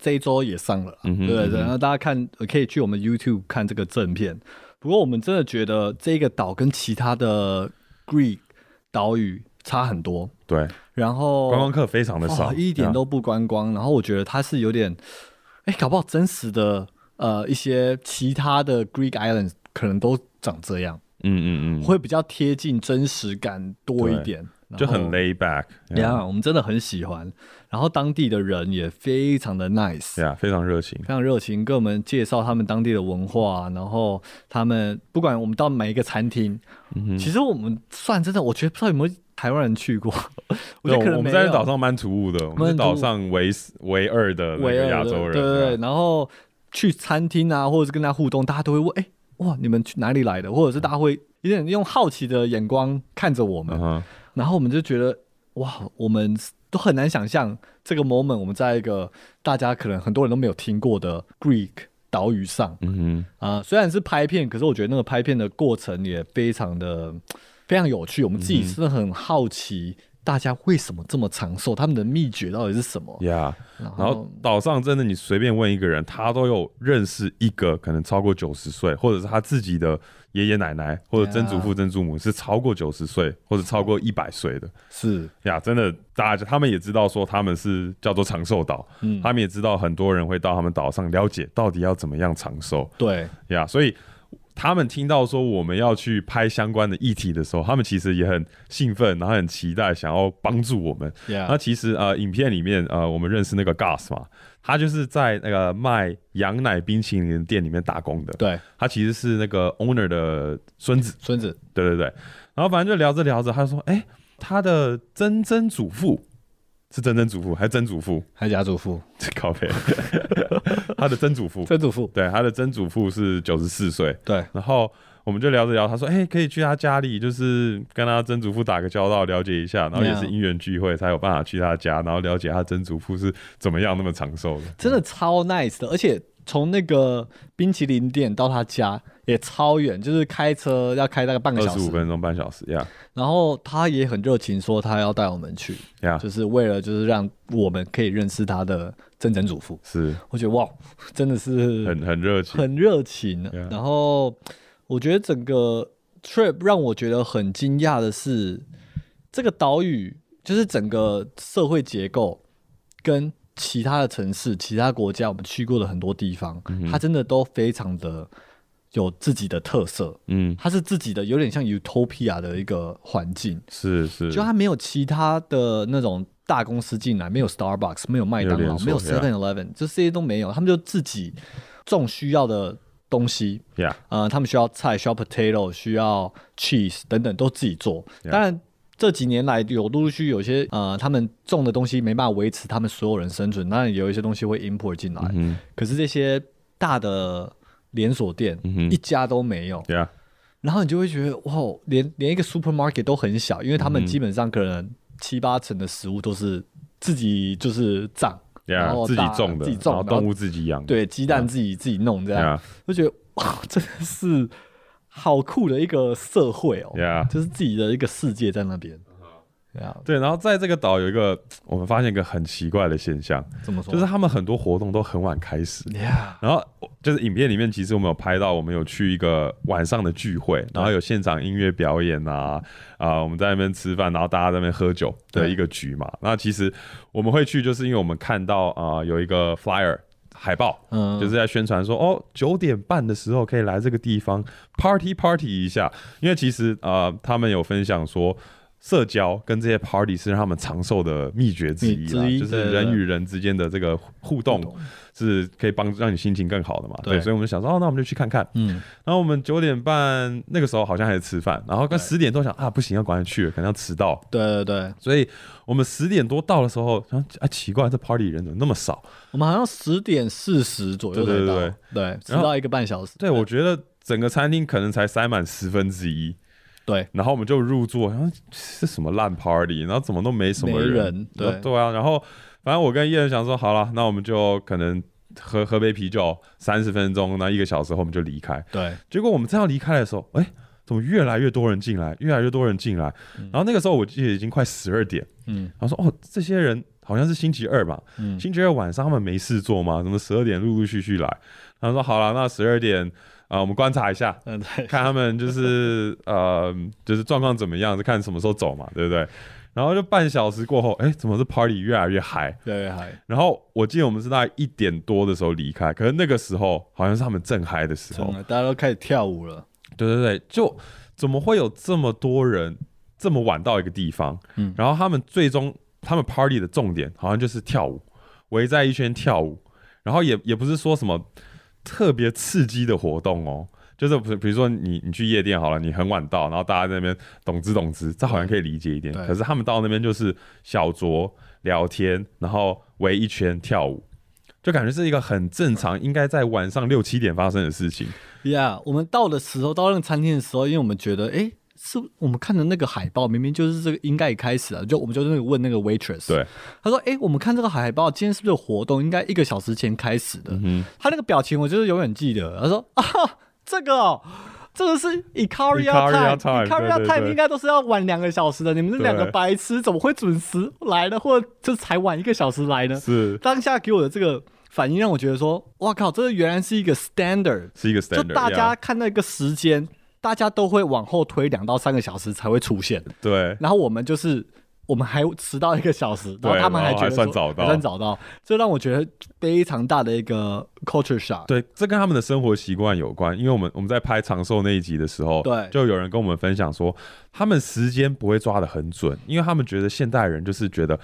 这一周也上了啦，
嗯哼
对对对，
嗯哼
然后大家看呃可以去我们 YouTube 看这个正片。不过我们真的觉得这个岛跟其他的 Greek 岛屿差很多，
对，
然后
观光客非常的少，
哦，一点
对啊
都不观光。然后我觉得它是有点，哎，搞不好真实的呃一些其他的 Greek Islands 可能都长这样，
嗯嗯嗯，
会比较贴近真实感多一点。
就很啊
累。
lay back，
呀我们真的很喜欢。然后当地的人也非常的 nice，
对啊，非常热情。
非常热情，跟我们介绍他们当地的文化，然后他们不管我们到每一个餐厅，
嗯
其实我们算真的，我觉得不知道有没有台湾人去过， 我觉得
对，
可能
我们
没
在
有。
岛上蛮突兀的，我们是
蛮突
岛
兀
上唯唯二的那
唯
个
二
亚
的
洲人，
对对对，
啊
然后去餐厅啊，或者是跟他互动，大家都会问，哎、哇，你们去哪里来的？或者是大家会有点用好奇的眼光看着我们，
嗯哼，
然后我们就觉得哇，我们都很难想象这个 moment，我们在一个大家可能很多人都没有听过的 Greek 岛屿上
嗯哼，
啊、虽然是拍片，可是我觉得那个拍片的过程也非常的 非常有趣，我们自
嗯
己真的很好奇。大家为什么这么长寿？他们的秘诀到底是什么？
呀、
然
然后岛上真的，你随便问一个人，他都有认识一个可能超过九十岁，或者是他自己的爷爷奶奶或者曾祖父、曾祖母是超过九十岁或者超过一百岁的
是
呀。真的，大家他们也知道说他们是叫做长寿岛，
嗯
他们也知道很多人会到他们岛上了解到底要怎么样长寿
对，
呀。所以他们听到说我们要去拍相关的议题的时候，他们其实也很兴奋，然后很期待，想要帮助我们。那
呀，
其实呃，影片里面呃，我们认识那个 Gus 嘛，他就是在那个卖羊奶冰淇淋的店里面打工的。
对，
他其实是那个 owner 的孙子，
孙子，
对对对。然后反正就聊着聊着，他说：“哎、他的曾曾祖父是曾曾祖父还是曾祖父？
还是家祖父，
靠背， 他的曾祖父，
曾祖父，
对，他的曾祖父是九十四岁。
对，
然后我们就聊着聊，他说：“哎、可以去他家里，就是跟他曾祖父打个交道，了解一下。然后也是
Yeah
因缘聚会才有办法去他家，然后了解他曾祖父是怎么样那么长寿的。
真的超 nice 的，而且从那个冰淇淋店到他家也超远，就是开车要开大概半个
二
小
十五
时。
分钟，半小时呀
然后他也很热情，说他要带我们去，
呀，
就是为了就是让我们可以认识他的真曾祖父。
是
我觉得哇，真的是
很很热情。
很热情。
Yeah
然后我觉得整个 trip 让我觉得很惊讶的是，这个岛屿就是整个社会结构跟其他的城市、其他国家我们去过的很多地方，它真的都非常的有自己的特色。
嗯，
它是自己的，有点像 utopia 的一个环境，
是是，
就它没有其他的那种大公司进来，没有 Starbucks，没有麦当
嗯没有
劳
连，锁
没有
yeah
Seven Eleven，这些都没有，他们就自己种需要的东西。
呀
呃，他们需要菜，需要 potato，需要 cheese 等等，都自己做。
Yeah
当然，这几年来有陆陆续续有些呃，他们种的东西没办法维持他们所有人生存，当然也有一些东西会 import 进来。
嗯
可是这些大的连锁店、
嗯哼
一家都没有，
呀
然后你就会觉得哇，连连一个 supermarket 都很小，因为他们基本上可能七八成的食物都是自己就是长，
呀
然，后
自己
大
种的，
自己
然
种，
后
然后
动物自己养，
对啊鸡蛋自己自己弄这样。
呀
就觉得哇，真的是好酷的一个社会哦
呀。
就是自己的一个世界在那边。对啊，
对，然后在这个岛有一个，我们发现一个很奇怪的现象，
怎么说？
就是他们很多活动都很晚开始。
呀，
然后就是影片里面，其实我们有拍到，我们有去一个晚上的聚会，然后有现场音乐表演啊，啊、我们在那边吃饭，然后大家在那边喝酒的
对
一个局嘛。那其实我们会去，就是因为我们看到啊、有一个 flyer 海报，
嗯
就是在宣传说哦，九点半的时候可以来这个地方 party party 一下，因为其实啊，他们有分享说。社交跟这些 party 是让他们长寿的秘诀之一啦，
之一
就是
对
人
对
与人之间的这个互动是可以帮让你心情更好的嘛。对，
对
所以我们想说，哦，那我们就去看看。
嗯，
然后我们九点半那个时候好像还在吃饭，然后跟十点多想啊，不行，要赶快去了，可能要迟到。
对对对，
所以我们十点多到的时候，想啊奇怪，这 party 人怎么那么少？
我们好像十点四十左右才
对对
到，
对
对，迟
然后
到一个半小时。
对，我觉得整个餐厅可能才塞满十分之一。
对
然后我们就入座，然后是什么烂 party，然后怎么都没什么
没
人，
人对
然后对啊，然后反正我跟叶人想说，好了，那我们就可能喝喝杯啤酒，三十分钟，那一个小时后我们就离开。
对
结果我们正要离开的时候，哎、怎么越来越多人进来，越来越多人进来？然后那个时候我记得已经快十二点，
嗯
然后说哦，这些人好像是星期二吧，
嗯
星期二晚上他们没事做吗？怎么十二点陆陆续续来？然后说好了，那十二点啊、呃我们观察 一下，
嗯，对，
看他们就是 呃，就是状况怎么样，是看什么时候走嘛，对不对？然后就半小时过后，哎、怎么是 party 越来越嗨？
对还
然后我记得我们是大概一点多的时候离开，可是那个时候好像是他们正嗨的时
真
候，
的，大家都开始跳舞了。
对对对，就怎么会有这么多人这么晚到一个地方，
嗯
然后他们最终他们 party 的重点好像就是跳舞，围在一圈跳舞，然后也也不是说什么特别刺激的活动哦。就是比比如说你你去夜店好了，你很晚到，然后大家在那边懂之懂之，这好像可以理解一点。
对
可是他们到那边就是小酌聊天，然后围一圈跳舞，就感觉是一个很正常，应该在晚上六七点发生的事情。
，Yeah，我们到的时候，到那个餐厅的时候，因为我们觉得，哎、是我们看的那个海报，明明就是这个应该也开始了，就我们就那个问那个 waitress，
对，
他说，哎、我们看这个海报，今天是不是有活动？应该一个小时前开始的。
嗯，
他那个表情我就是永远记得。他说啊，这个哦，这个是 Icaria
Ikaria
time，Icaria
time，对对对
应该都是要晚两个小时的。你们这两个
对
白痴怎么会准时来呢？或者就才晚一个小时来呢？
是
当下给我的这个反应让我觉得说，哇靠，这原来是一个 standard，
是一个
就
standard，
大家
yeah，
看那个时间，大家都会往后推两到三个小时才会出现。
对
然后我们就是我们还迟到一个小时，然后他们
然后
觉得
还算
说
早到
还算早到，这让我觉得非常大的一个 culture shock。
对，这跟他们的生活习惯有关。因为我们我们在拍长寿那一集的时候，
对
就有人跟我们分享说，他们时间不会抓得很准，因为他们觉得现代人就是觉得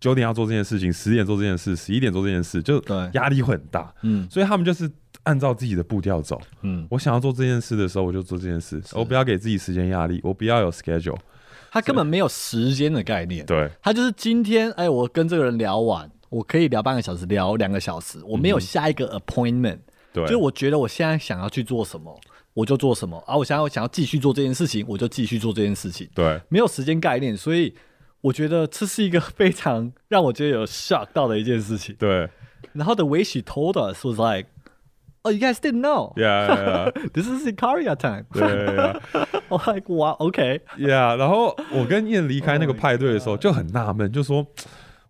九点要做这件事情，十点做这件事，十一点做这件事，就
对
压力会很大，
嗯
所以他们就是按照自己的步调走。
嗯，
我想要做这件事的时候，我就做这件事，我不要给自己时间压力，我不要有 schedule。
他根本没有时间的概念，
对，
他就是今天，哎，我跟这个人聊完，我可以聊半个小时，聊两个小时，我没
嗯
有下一个 appointment，、
对，
就是我觉得我现在想要去做什么，我就做什么，啊，我想要想要继续做这件事情，我就继续做这件事情，
对，
没有时间概念，所以我觉得这是一个非常让我觉得有 shock 到的一件事情。
对
然后 the way she told us was like, "Oh, you guys didn't know.
，yeah, yeah, yeah,
This is Sicaria time."
对呀
I'm like, "Wow, okay."
呀。然后我跟燕离开那个
Oh
派对的时候，就很纳闷，就说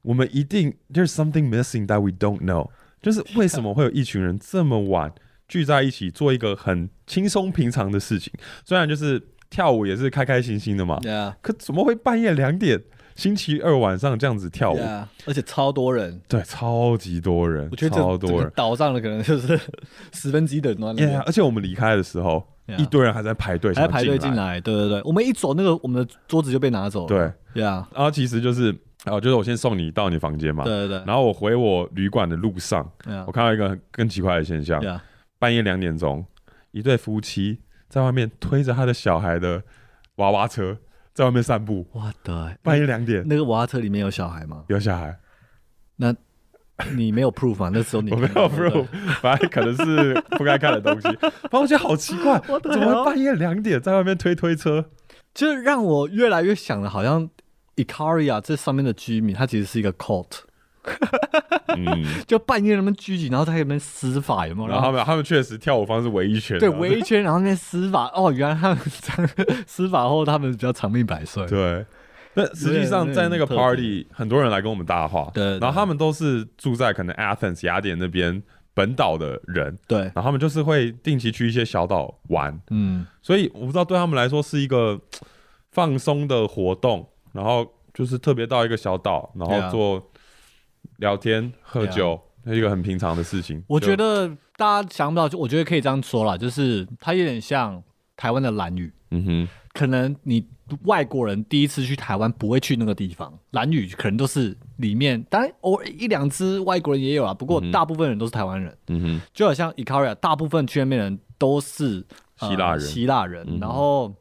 我们一定 there's something missing that we don't know，就是为什么会有一群人这么晚聚在一起做一个很轻松平常的事情？虽然就是跳舞也是开开心心的嘛，
Yeah,
可怎么会半夜两点星期二晚上这样子跳舞？
yeah. 而且超多人，
对，超级多人，
我觉得
超
这整
多
个
人。
岛上的可能就是 十分之一的人都在那
Yeah，
边
而且我们离开的时候
Yeah
一堆人还在排队，
还在排队
进
进。来。对对对，我们一走那个我们的桌子就被拿走了。
对，
，Yeah，
然后其实就是，哦，就是我先送你到你房间嘛。
对对对。
然后我回我旅馆的路上，我
Yeah，
看到一个很更奇怪的现象
Yeah，
半夜两点钟，一对夫妻在外面推着他的小孩的娃娃车在外面散步，
我 的
半夜两点
那个娃娃车里面有小孩吗？
有小孩，
那你没有 proof 吗？那时候你
我 没有 bro，反正可能是不该看的东西，反正我觉得好奇怪，
的
怎么会半夜两点在外面推推车？
就是让我越来越想的，好像 Icaria 这上面的居民，他其实是一个 cult，
嗯，
就半夜在那边聚集，然后在那边施法，有没有？
然后他们他们确实跳舞方式围一圈啊，
对围一圈，然后那边施法。哦，原来他们施法后，他们比较长命百岁。
对，那实际上在那个
有点有点特别
party，很多人来跟我们搭话，
对对
然后他们都是住在可能 Athens 雅典那边本岛的人，
对，
然后他们就是会定期去一些小岛玩，
嗯，
所以我不知道对他们来说是一个放松的活动，然后就是特别到一个小岛，然
对啊啊
后做聊天、喝酒，是一个很平常的事情。
我
就
觉得大家想不到，就我觉得可以这样说啦，就是它有点像台湾的蓝屿，
嗯哼，
可能你外国人第一次去台湾不会去那个地方，蓝屿可能都是里面，当然偶尔一两只外国人也有啊，不过大部分人都是台湾人。
嗯
就好像 Icaria，大部分去那边的人都是、呃
希腊人
希腊人，
嗯
然后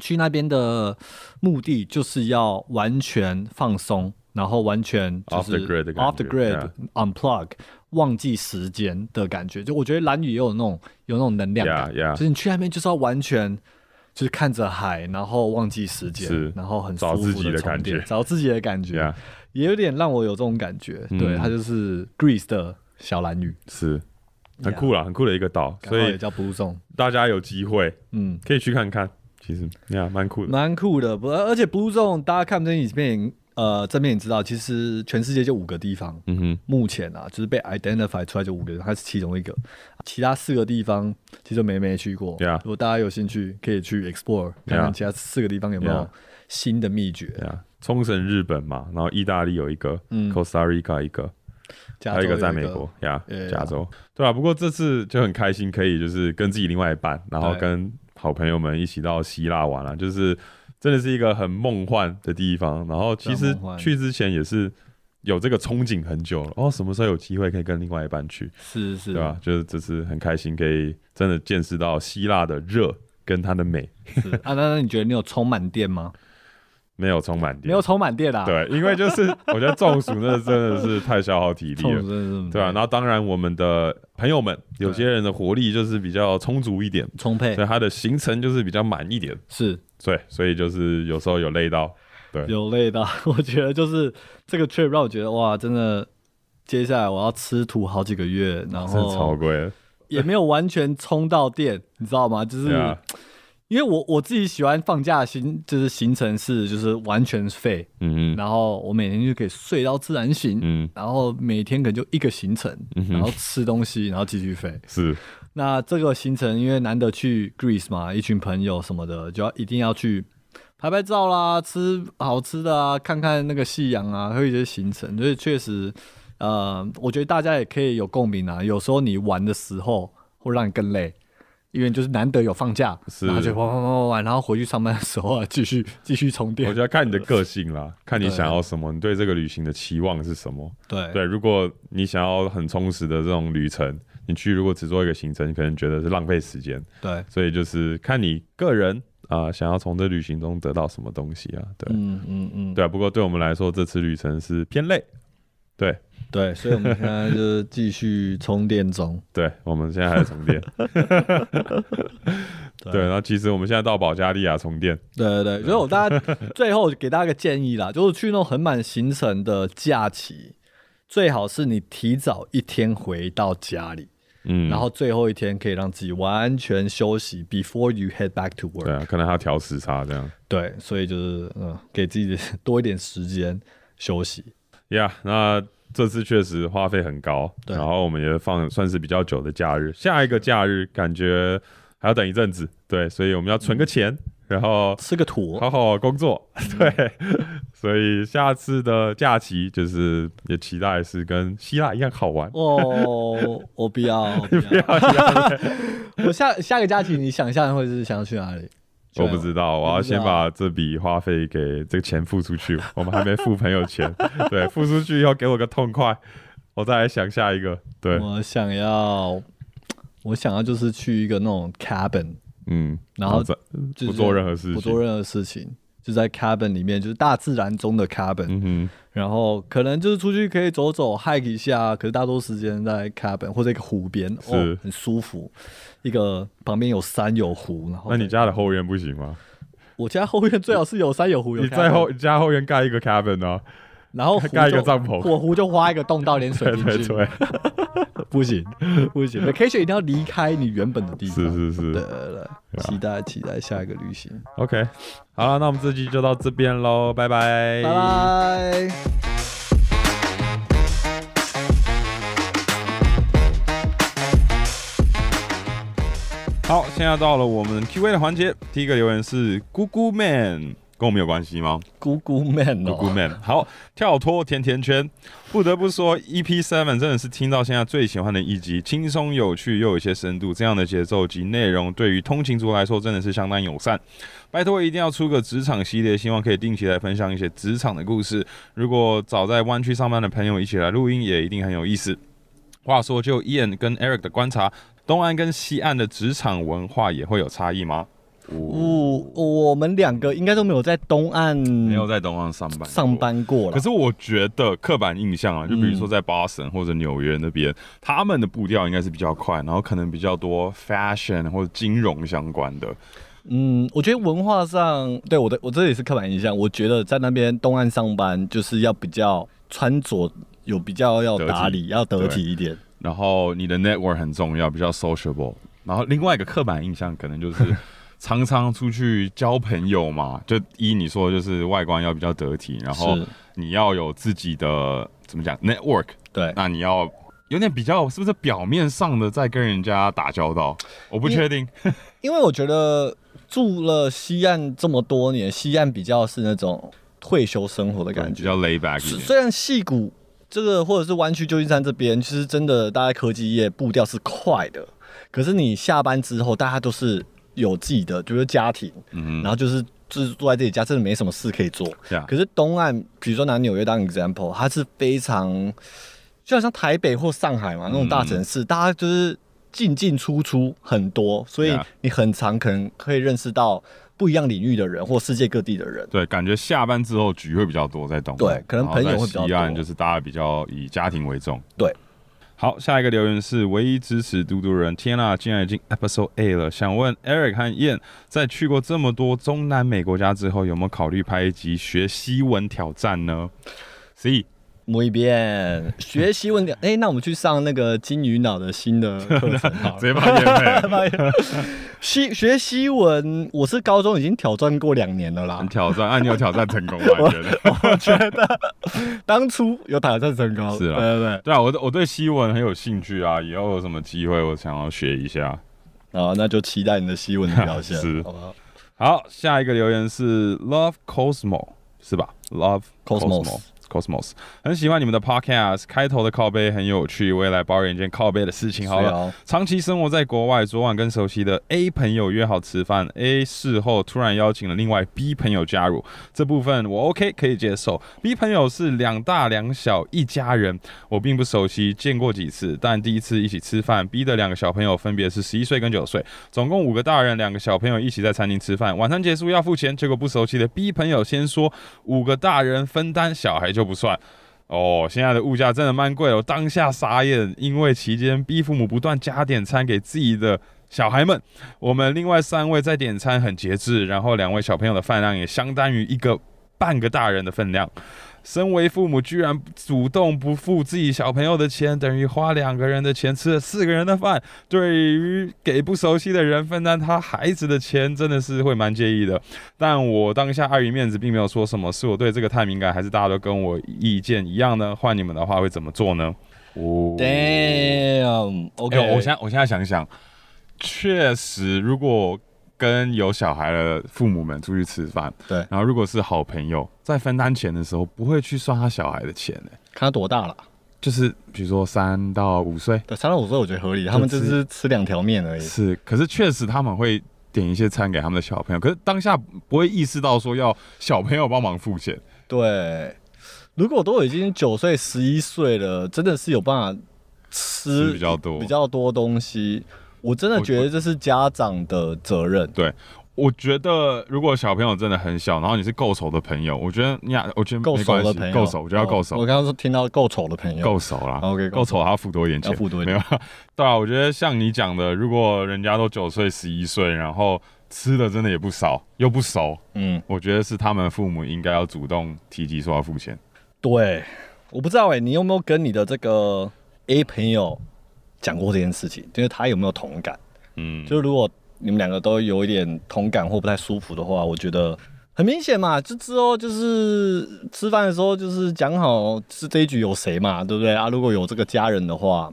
去那边的目的就是要完全放松，然后完全就是
Off the grid 的感觉
off the grid，unplug，忘记时间的感觉。就我觉得蓝雨也有那种有那种能量感
Yeah, yeah
就是你去那边就是要完全。就是看着海，然后忘记时
是
间，然后很
找
舒
自
服
己的
充
感
电
觉
找自己的感
哼
觉
，Yeah，
也有点让我有这种感觉。对，
嗯
它就是 Greece 的小蓝雨，
是很
Yeah
酷啦，很酷的一个岛，
刚
所
好也
以
叫 Blue Zone。
大家有机会
嗯，
可以去看看，其实呀，蛮酷的。
蛮酷的，不，而且 Blue Zone 大家看这影片，呃，这边也知道，其实全世界就五个地方，
嗯哼，
目前啊，就是被 identify 出来就五个，它是其中一个，其他四个地方其实梅梅去过。
Yeah
如果大家有兴趣，可以去 explore 看看其他四个地方有没
Yeah
有新的秘诀。
对啊，冲绳、日本嘛，然后意大利有一个、
嗯
c，o s t a Rica 一个，
加
还
州
有一个在美国呀
Yeah，
加州。对啊，不过这次就很开心，可以就是跟自己另外一半，然后
对
跟好朋友们一起到希腊玩了、就是真的是一个很梦幻的地方。然后其
非
实
常梦幻
去之前也是有这个憧憬很久了，哦，什么时候有机会可以跟另外一半去，
是是，
对吧、就是这次很开心，可以真的见识到希腊的热跟它的美，
是啊，那那你觉得你有充满电吗？
没有充满点，
没有充满电啊，，
对，因为就是 我觉得中暑那真的是太消耗体力
充
了
真。的是
对啊，然后当然我们的朋友们，有些人的活力就是比较充足一点，
充沛
所以他的行程就是比较满一点，
是
对，所以就是有时候有累到，对
有累到， 我觉得就是这个 trip 让我觉得哇，真的，接下来我要吃土好几个月，然
真的超
后
贵的，
也没有完全充到电，你知道吗？就是
对啊，
因为我我自己喜欢放假的行，就是行程是就是完全废，
嗯哼
然后我每天就可以睡到自然醒，
嗯，
然后每天可能就一个行程，然后吃东西，然后继续飞。
是
那这个行程因为难得去 Greece 嘛，一群朋友什么的，就要一定要去拍拍照啦，吃好吃的啊，看看那个夕阳啊，还有一些行程，所以确实，呃，我觉得大家也可以有共鸣啊。有时候你玩的时候会让你更累。因为就是难得有放假，
是
然后就玩玩玩玩玩，然后回去上班的时候啊，继续继续充
我
电
觉。得看你的个性啦，看你想要什么，你对这个旅行的期望是什么。
对
对，如果你想要很充实的这种旅程，你去如果只做一个行程，你可能觉得是浪费时间。
对，
所以就是看你个人啊、想要从这旅行中得到什么东西啊，对、
嗯嗯嗯，
对啊。不过对我们来说，这次旅程是偏累，对
对，所以我们现在就是继续充电中。
对，我们现在还在 充电，对。然后其实我们现在到保加利亚充电，
对对对，所以我大家最后给大家个建议啦，就是去那种很满行程的假期，最好是你提早一天回到家里，
嗯，
然后最后一天可以让自己完全休息，before you head back to
对
work。
啊，可能还要调时差这样。
对，所以就是嗯，给自己多一点时间休息。
呀、yeah,，那这次确实花费很高，
对
然后我们也放算是比较久的假日，下一个假日感觉还要等一阵子，对，所以我们要存个钱，然后
吃个土，
好好工作，
嗯
对，所以下次的假期就是也期待是跟希腊一样好玩，
哦，我不要，我不要， 我下下个假期你想象会是想要去哪里？
我不知道，我
啊我
要
不知道
先把这笔花费给这个钱付出去，我们还没付朋友 钱，对，付出去以后给我个痛快，我再来想下一个，对，
我想要，我想要就是去一个那种 cabin，
嗯，
然后
再
就是
不做任何事情，
不做任何事情，就在 cabin 里面，就是大自然中的 cabin，、
嗯哼。
然后可能就是出去可以走走 hike 一下，可是大多时间在 cabin 或者一个湖边，哦
是，
很舒服，一个旁边有山有湖，然后
那你家的后院不行吗？
我家后院最好是有山有湖，有
你在后
cabin，
你家后院盖一个 cabin 啊？
然后湖就
盖一个帐篷
我湖就挖一个洞到连水
对
进
对
去，
对，
不行不行，vacation 一定要离开你原本的地方，
是是
对对
是
对，期待期待下一个旅行，
，OK，好了，那我们这期就到这边喽，拜拜，
拜拜。
好，现在到了我们 Q&A 的环节，第一个留言是咕咕 man，跟我们有关系吗？
姑姑 man 哦，
咕咕 man，好，跳脱甜甜圈，不得不说，EP Seven 真的是听到现在最喜欢的一集，轻松有趣又有一些深度，这样的节奏及内容对于通勤族来说真的是相当友善。拜托，一定要出个职场系列，希望可以定期来分享一些职场的故事。如果早在湾区上班的朋友一起来录音，也一定很有意思。话说，就 Ian 跟 Eric 的观察，东岸跟西岸的职场文化也会有差异吗？
不，我们两个应该都没有在东岸
没有在东岸上班，
上班过了
可。是我觉得刻板印象啊，就比如说在 Boston 或者纽约那边，他们的步调应该是比较快，然后可能比较多 fashion 或者金融相关的。
嗯，我觉得文化上，对我的我这也是刻板印象。我觉得在那边东岸上班就是要比较穿着有比较要打理，要得体一点。
然后你的 network 很重要，比较 sociable。然后另外一个刻板印象可能就是常常出去交朋友嘛，就依你说的就是外观要比较得体，然后
是
你要有自己的怎么讲 network，
对，
那你要。有点比较，是不是表面上的在跟人家打交道？我不确定。
因为我觉得住了西岸这么多年，西岸比较是那种退休生活的感
比
觉。
较 lay back 一
虽
点。
虽然戏谷这个或者是湾区旧金山这边，其实真的大家科技业步调是快的，可是你下班之后，大家都是有自己的，就是家庭，
嗯哼
然后就是就是住在自己家，真的没什么事可以做。
啊
Yeah
可是东岸，比如说拿纽约当 example，它是非常就好像台北或上海嘛那种大城市，大家就是进进出出很多，所以
Yeah
你很常可能可以认识到不一样领域的人或世界各地的人。
对，感觉下班之后局会比较多，在东岸
对可能朋友会比较多
然后在西岸就是大家比较以家庭为重。
对，
好，下一个留言是唯一支持嘟嘟人，天啊，竟然已经 Episode A 了。想问 Eric 和燕，在去过这么多中南美国家之后，有没有考虑拍一集学西文挑战呢？所以
摸一遍学习问题，哎、那我们去上那个金鱼脑的新的课程好 了
直接把燕妹
西学西文，我是高中已经挑战过两年了啦
很。挑战，啊，你有挑战成功吗？你觉得？
当初有挑战成功，
嗯是啊
对对对。
对啊，我我对西文很有兴趣啊，以后有什么机会我想要学一下。
好，那就期待你的西文的表现，
是哦
好不好？
好，下一个留言是 Love Cosmo 是吧？Love
Cosmos
Cosmo Cosmos 很喜欢你们的 podcast，开头的靠背很有趣，我也来抱怨一件靠背的事情好
是
了
哦。
长期生活在国外，昨晚跟熟悉的 A 朋友约好吃饭，A 事后突然邀请了另外 B 朋友加入，这部分我 OK 可以接受。B 朋友是两大两小一家人，我并不熟悉，见过几次，但第一次一起吃饭，B 的两个小朋友分别是十一岁跟九岁，总共五个大人，两个小朋友一起在餐厅吃饭。晚餐结束要付钱，结果不熟悉的 B 朋友先说五个大人分担，小孩就不算。哦，现在的物价真的蛮贵了，我哦当下傻眼，因为期间 B 父母不断加点餐给自己的小孩们，我们另外三位在点餐很节制，然后两位小朋友的饭量也相当于一个半个大人的分量。身为父母，居然主动不付自己小朋友的钱，等于花两个人的钱吃了四个人的饭。对于给不熟悉的人分担他孩子的钱，真的是会蛮介意的。但我当下碍于面子，并没有说什么。是我对这个太敏感，还是大家都跟我意见一样呢？换你们的话，会怎么做呢？哦
Damn，OK，、
哎我现在我现在想想，确实，如果跟有小孩的父母们出去吃饭，
对
然后如果是好朋友，在分担钱的时候，不会去算他小孩的钱、欸、
看他多大了，
就是比如说三到五岁
对，三到五岁我觉得合理，他们就
吃
是吃两条面而已。
是，可是确实他们会点一些餐给他们的小朋友，可是当下不会意识到说要小朋友帮忙付钱，
对，如果都已经九岁、十一岁了，真的是有办法吃
吃比较多
比较多东西。我真的
我
觉得这是家长的责任。
对。我觉得，如果小朋友真的很小，然后你是够熟的朋友，我觉得你俩，我觉得
够
没
熟
关
的
系
朋友，
够熟，我觉得要够熟
哦我。刚刚说听到够丑的朋友，
够熟啦
OK，够
够熟，还要付多一点钱，
要付多一
没
点
有 啦。对啊，我觉得像你讲的，如果人家都九岁、十一岁，然后吃的真的也不少，又不熟，
嗯，
我觉得是他们父母应该要主动提及说要付钱。
对，我不知道哎、你有没有跟你的这个 A 朋友讲过这件事情？就是他有没有同感？
嗯，
就是如果你们两个都有一点同感或不太舒服的话，我觉得很明显嘛，就之后就是吃饭的时候就是讲好是这一局有谁嘛，对不对啊？如果有这个家人的话，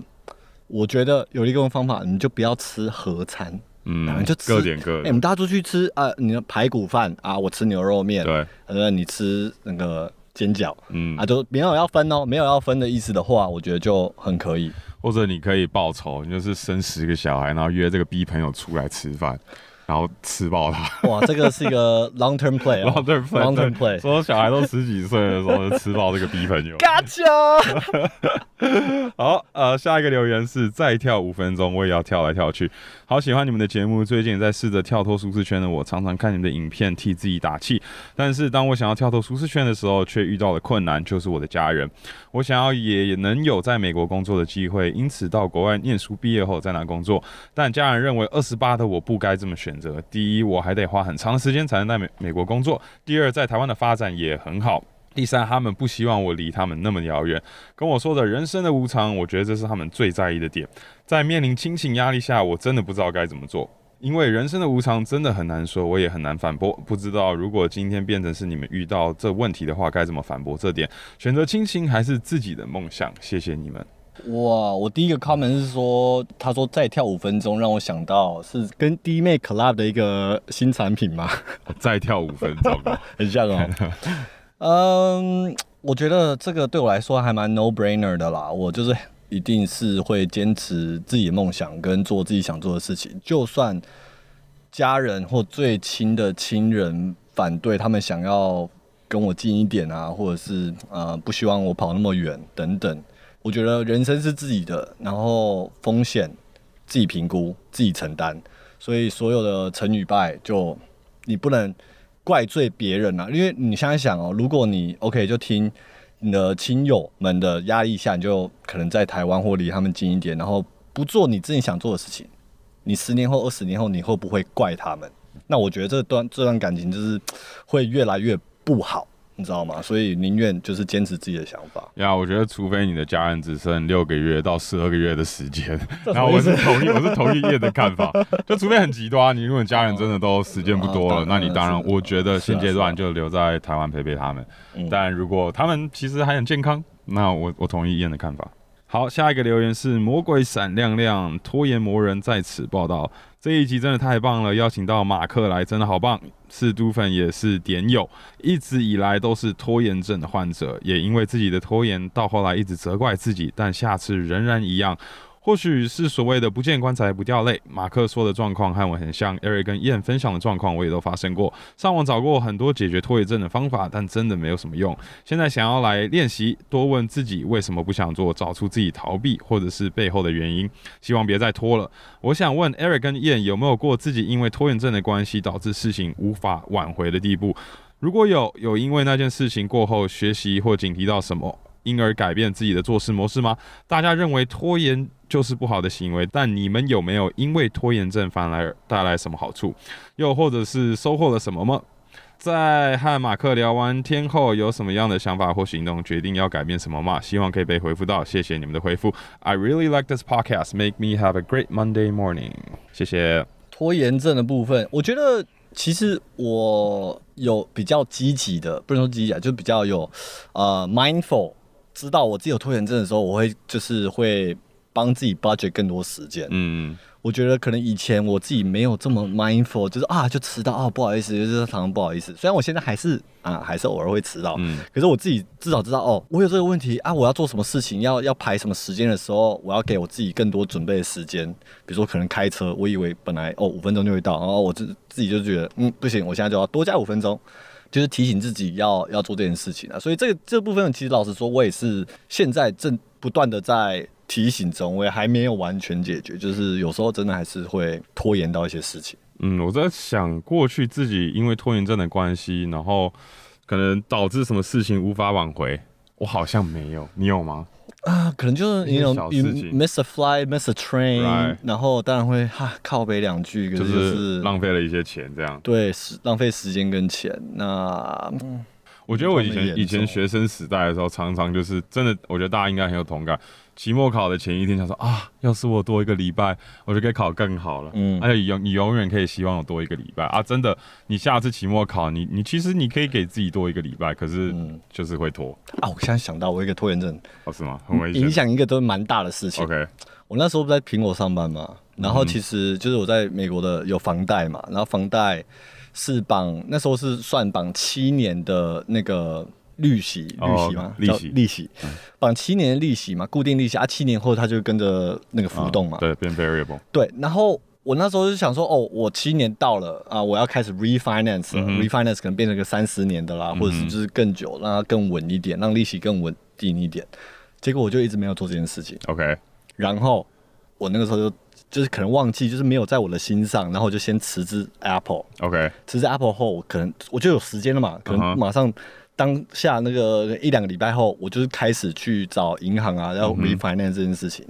我觉得有一个方法，你就不要吃合餐，
嗯，
就吃
各点各
哎、
的
我，们大家出去吃啊，你的排骨饭啊，我吃牛肉面，
对，
呃，你吃那个煎饺。
嗯
啊，，就没有要分哦，没有要分的意思的话，我觉得就很可以。
或者你可以报仇，你就是生十个小孩，然后约这个 B 朋友出来吃饭，然后吃爆他。
哇，这个是一个 long term play 哦
long term play，
long term
对
play，
说小孩都十几岁的时候就吃爆这个 B 朋友。
gotcha
好，呃，下一个留言是再跳五分钟，我也要跳来跳去。好喜欢你们的节目，最近也在试着跳脱舒适圈的我，常常看你们的影片替自己打气。但是当我想要跳脱舒适圈的时候，却遇到了困难，就是我的家人。我想要也能有在美国工作的机会，因此到国外念书，毕业后再拿工作。但家人认为二十八的我不该这么选择。第一，我还得花很长时间才能在美美国工作；第二，在台湾的发展也很好。第三，他们不希望我离他们那么遥远，跟我说的人生的无常，我觉得这是他们最在意的点。在面临亲情压力下，我真的不知道该怎么做，因为人生的无常真的很难说，我也很难反驳。不知道如果今天变成是你们遇到这问题的话，该怎么反驳这点？选择亲情还是自己的梦想？谢谢你们。
哇！我第一个 comment 是说，他说再跳五分钟，让我想到是跟弟妹 club 的一个新产品嘛，
再跳五分钟、
很像哦。嗯，我觉得这个对我来说还蛮 no brainer 的啦，我就是一定是会坚持自己的梦想跟做自己想做的事情，就算家人或最亲的亲人反对他们想要跟我近一点啊，或者是呃不希望我跑那么远等等。我觉得人生是自己的，然后风险自己评估、自己承担，所以所有的成与败就你不能怪罪别人啊，因为你想一想哦，如果你 OK 就听你的亲友们的压力下，你就可能在台湾或离他们近一点，然后不做你自己想做的事情，你十年后、二十年后你会不会怪他们？那我觉得这段这段感情就是会越来越不好，你知道吗？所以宁愿就是坚持自己的想法。
呀我觉得除非你的家人只剩六个月到十二个月的时间，
这
然后我
什么
是
意思
同意，我是同意叶的 看法，就除非很极端，你如果你家人真的都时间不多了，
啊当然
那你当然，
是
我觉得现阶
是啊
段就留在台湾陪陪他们
嗯。
但如果他们其实还很健康，那我我同意燕的看法。好，下一个留言是魔鬼闪亮亮，拖延魔人在此报道。这一集真的太棒了，邀请到马克来真的好棒，是都粉也是点友，一直以来都是拖延症的患者，也因为自己的拖延，到后来一直责怪自己，但下次仍然一样。或许是所谓的不见棺材不掉泪，马克说的状况和我很像，Eric 跟燕分享的状况我也都发生过。上网找过很多解决拖延症的方法，但真的没有什么用。现在想要来练习，多问自己为什么不想做，找出自己逃避或者是背后的原因。希望别再拖了。我想问 Eric 跟燕有没有过自己因为拖延症的关系导致事情无法挽回的地步？如果有，有因为那件事情过后学习或警惕到什么，因而改变自己的做事模式吗？大家认为拖延就是不好的行为，但你们有没有因为拖延症反而带来什么好处，又或者是收获了什么吗？在和马克聊完天后，有什么样的想法或行动，决定要改变什么吗？希望可以被回复到，谢谢你们的回复。I really like this podcast, make me have a great Monday morning。谢谢。
拖延症的部分，我觉得其实我有比较积极的，不能说积极啊，就比较有呃 mindful，知道我自己有拖延症的时候，我会就是会帮自己 budget 更多时间。
嗯，
我觉得可能以前我自己没有这么 mindful，就是啊就迟到啊不好意思，就是常常不好意思。虽然我现在还是啊还是偶尔会迟到，
嗯
可是我自己至少知道哦，我有这个问题啊，我要做什么事情，要要排什么时间的时候，我要给我自己更多准备的时间。比如说可能开车，我以为本来哦五分钟就会到，然后我自自己就觉得嗯不行，我现在就要多加五分钟。就是提醒自己要要做这件事情啊，所以这个这部分其实老实说，我也是现在正不断的在提醒中，我也还没有完全解决，就是有时候真的还是会拖延到一些事情。
嗯，我在想过去自己因为拖延症的关系，然后可能导致什么事情无法挽回，我好像没有，你有吗？
啊，可能就是
一
你
些
有
小
you
事情
miss a flight, miss a train，、
Right
然后当然会哈靠北两句，可
就是
就是
浪费了一些钱这样。
对时浪费时间跟钱。那嗯
我觉得我以
专门
前
研
以前
究
学生时代的时候，常常就是真的，我觉得大家应该很有同感。期末考的前一天，想说啊，要是我多一个礼拜，我就可以考更好了。嗯，
嗯
而且永你永远可以希望有多一个礼拜啊！真的，你下次期末考，你你其实你可以给自己多一个礼拜，可是
嗯
就是会拖，
啊，我现在想到我有一个拖延症，
哦，是吗？很危险。
影响一个都蛮大的事情。
OK，嗯
我那时候不在苹果上班嘛，然后其实就是我在美国的有房贷嘛，然后房贷是绑那时候是算绑七年的那个利息，利
哦
息嘛，
利
叫
息嗯
利息，绑七年的利息嘛，固定利息啊，七年后它就跟着那个浮动嘛，
啊对，变 variable。
对，然后我那时候就想说，哦，我七年到了啊，我要开始 refinance 了、
嗯哼嗯
refinance 可能变成个三十年的啦，或者是就是更久，让它更稳一点，让利息更稳定一点。结果我就一直没有做这件事情，
OK，
然后我那个时候就就是可能忘记，就是没有在我的心上，然后我就先辞职 Apple，
OK，
辞职 Apple 后，我可能我就有时间了嘛，可
嗯
能
哼
马上当下那个一两个礼拜后，我就是开始去找银行啊，
嗯
要 refinance 这件事情，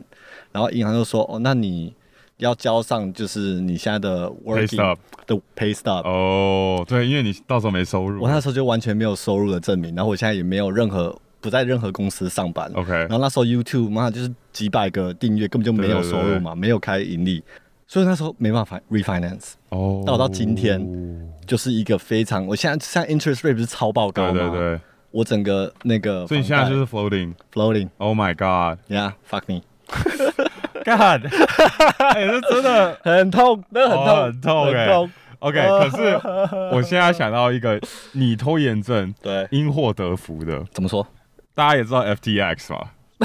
然后银行就说，哦，那你要交上就是你现在的
Pay
working
stub
的 pay stub。
哦，对，因为你到时候没收入
我。那时候就完全没有收入的证明，然后我现在也没有任何不在任何公司上班。
OK
然后那时候 YouTube 妈就是几百个订阅，根本就没有收入嘛，没有开盈利，所以那时候没办法 refinance。
哦，
到到今天就是一个非常，我现在现在 interest rate 不是超爆高
对
吗？
对对，
我整个那个，
所以你现在就是 floating。
floating。
Oh my god！
Yeah，fuck me，
God，哎、 这真的
很痛，那 很痛，
哦很痛欸
很痛。啊
OK。可是我现在想到一 个你拖延症
对，
因祸得福的，
怎么说？
大家也知道 FTX 嘛？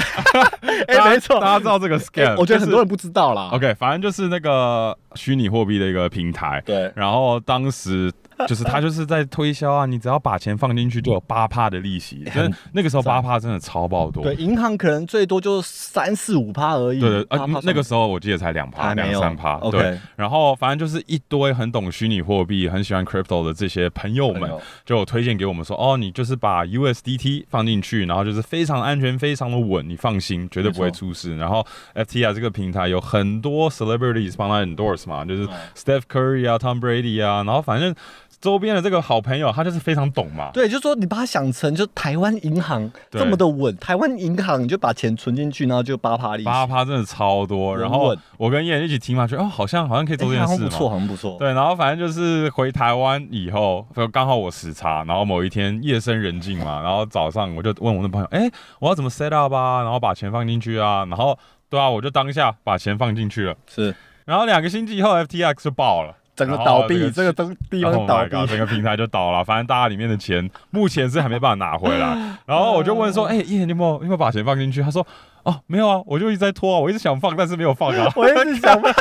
哎、
大家
没错，
大家知道这个 scam，、
哎我觉得很多人
人、
不知道啦。
OK，反正就是那个虚拟货币的一个平台。
对
然后当时就 是他就是在推销啊，你只要把钱放进去就有八趴的利息，真的那个时候八趴真的超爆多。
对，银行可能最多就三四五趴而已。
对对，呃
嗯趴趴，
那
算
个时候我记得才两趴、
还没
两
有
三趴，
OK
对。然后反正就是一堆很懂虚拟货币、很喜欢 crypto 的这些朋友
朋
们
友，
就有推荐给我们说，哦，你就是把 USDT 放进去，然后就是非常安全、非常的稳，你放心，绝对不会
没错
出事。然后 FTR 这个平台有很多 celebrities 帮他 endorse 嘛，
嗯
就是 Steph Curry 啊、Tom Brady 啊，然后反正周边的这个好朋友，他就是非常懂嘛。
对，就说你把它想成就台湾银行
对
这么的稳，台湾银行你就把钱存进去，然后就八趴利息，
八趴真的超多，然后
稳
我跟燕一起听嘛，觉得哦，好像好像可以做这
哎好
件
像
事
不
嘛，
错，好像不错。
对，然后反正就是回台湾以后，刚好我时差，然后某一天夜深人静嘛，然后早上我就问我的朋友，哎、我要怎么 set up 啊？然后把钱放进去啊？然后对啊，我就当下把钱放进去了，
是
然后两个星期以后 FTX 就爆了。
整个
然后
倒闭，
这
这
个
个东地
Oh
方
my
倒闭
God，整个平台就倒了，反正大家里面的钱目前是还没办法 拿回来。然后我就问说：“哎、一言，你有没有你有没有把钱放进去？”他说：“哦，没有啊，我就一直在拖啊，我一直想放，但是没有放啊。
我一直 想问，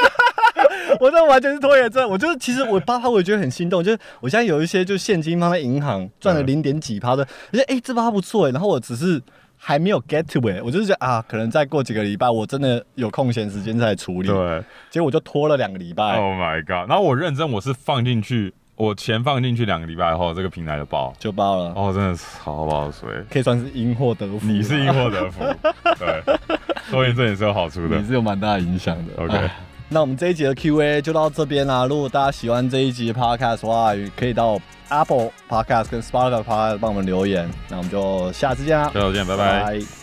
我这完全是拖延症。我就是其实我八趴，我也觉得很心动。就是我现在有一些就现金放在银行，赚了
嗯
零点几趴的，我觉得哎、这八趴不错哎。然后我只是还没有 get to it，我就是觉得啊，可能再过几个礼拜我真的有空闲时间再处”理。
对，
结果我就拖了两个礼拜，
Oh my god！然后我认真，我是放进去，我钱放进去两个礼拜后，这个平台就爆。
就爆了，
哦，真的超爆水！
可以算是因祸得福啦。
你是因祸 得福，对，拖延症也是有好处的
也。是有蛮大的影响的。
OK
啊那我们这一集的 Q&A 就到这边啦。如果大家喜欢这一集的 Podcast 的话，也可以到 Apple Podcast 跟 Spotify Podcast 帮我们留言。那我们就下次见啦，
下次见拜拜
拜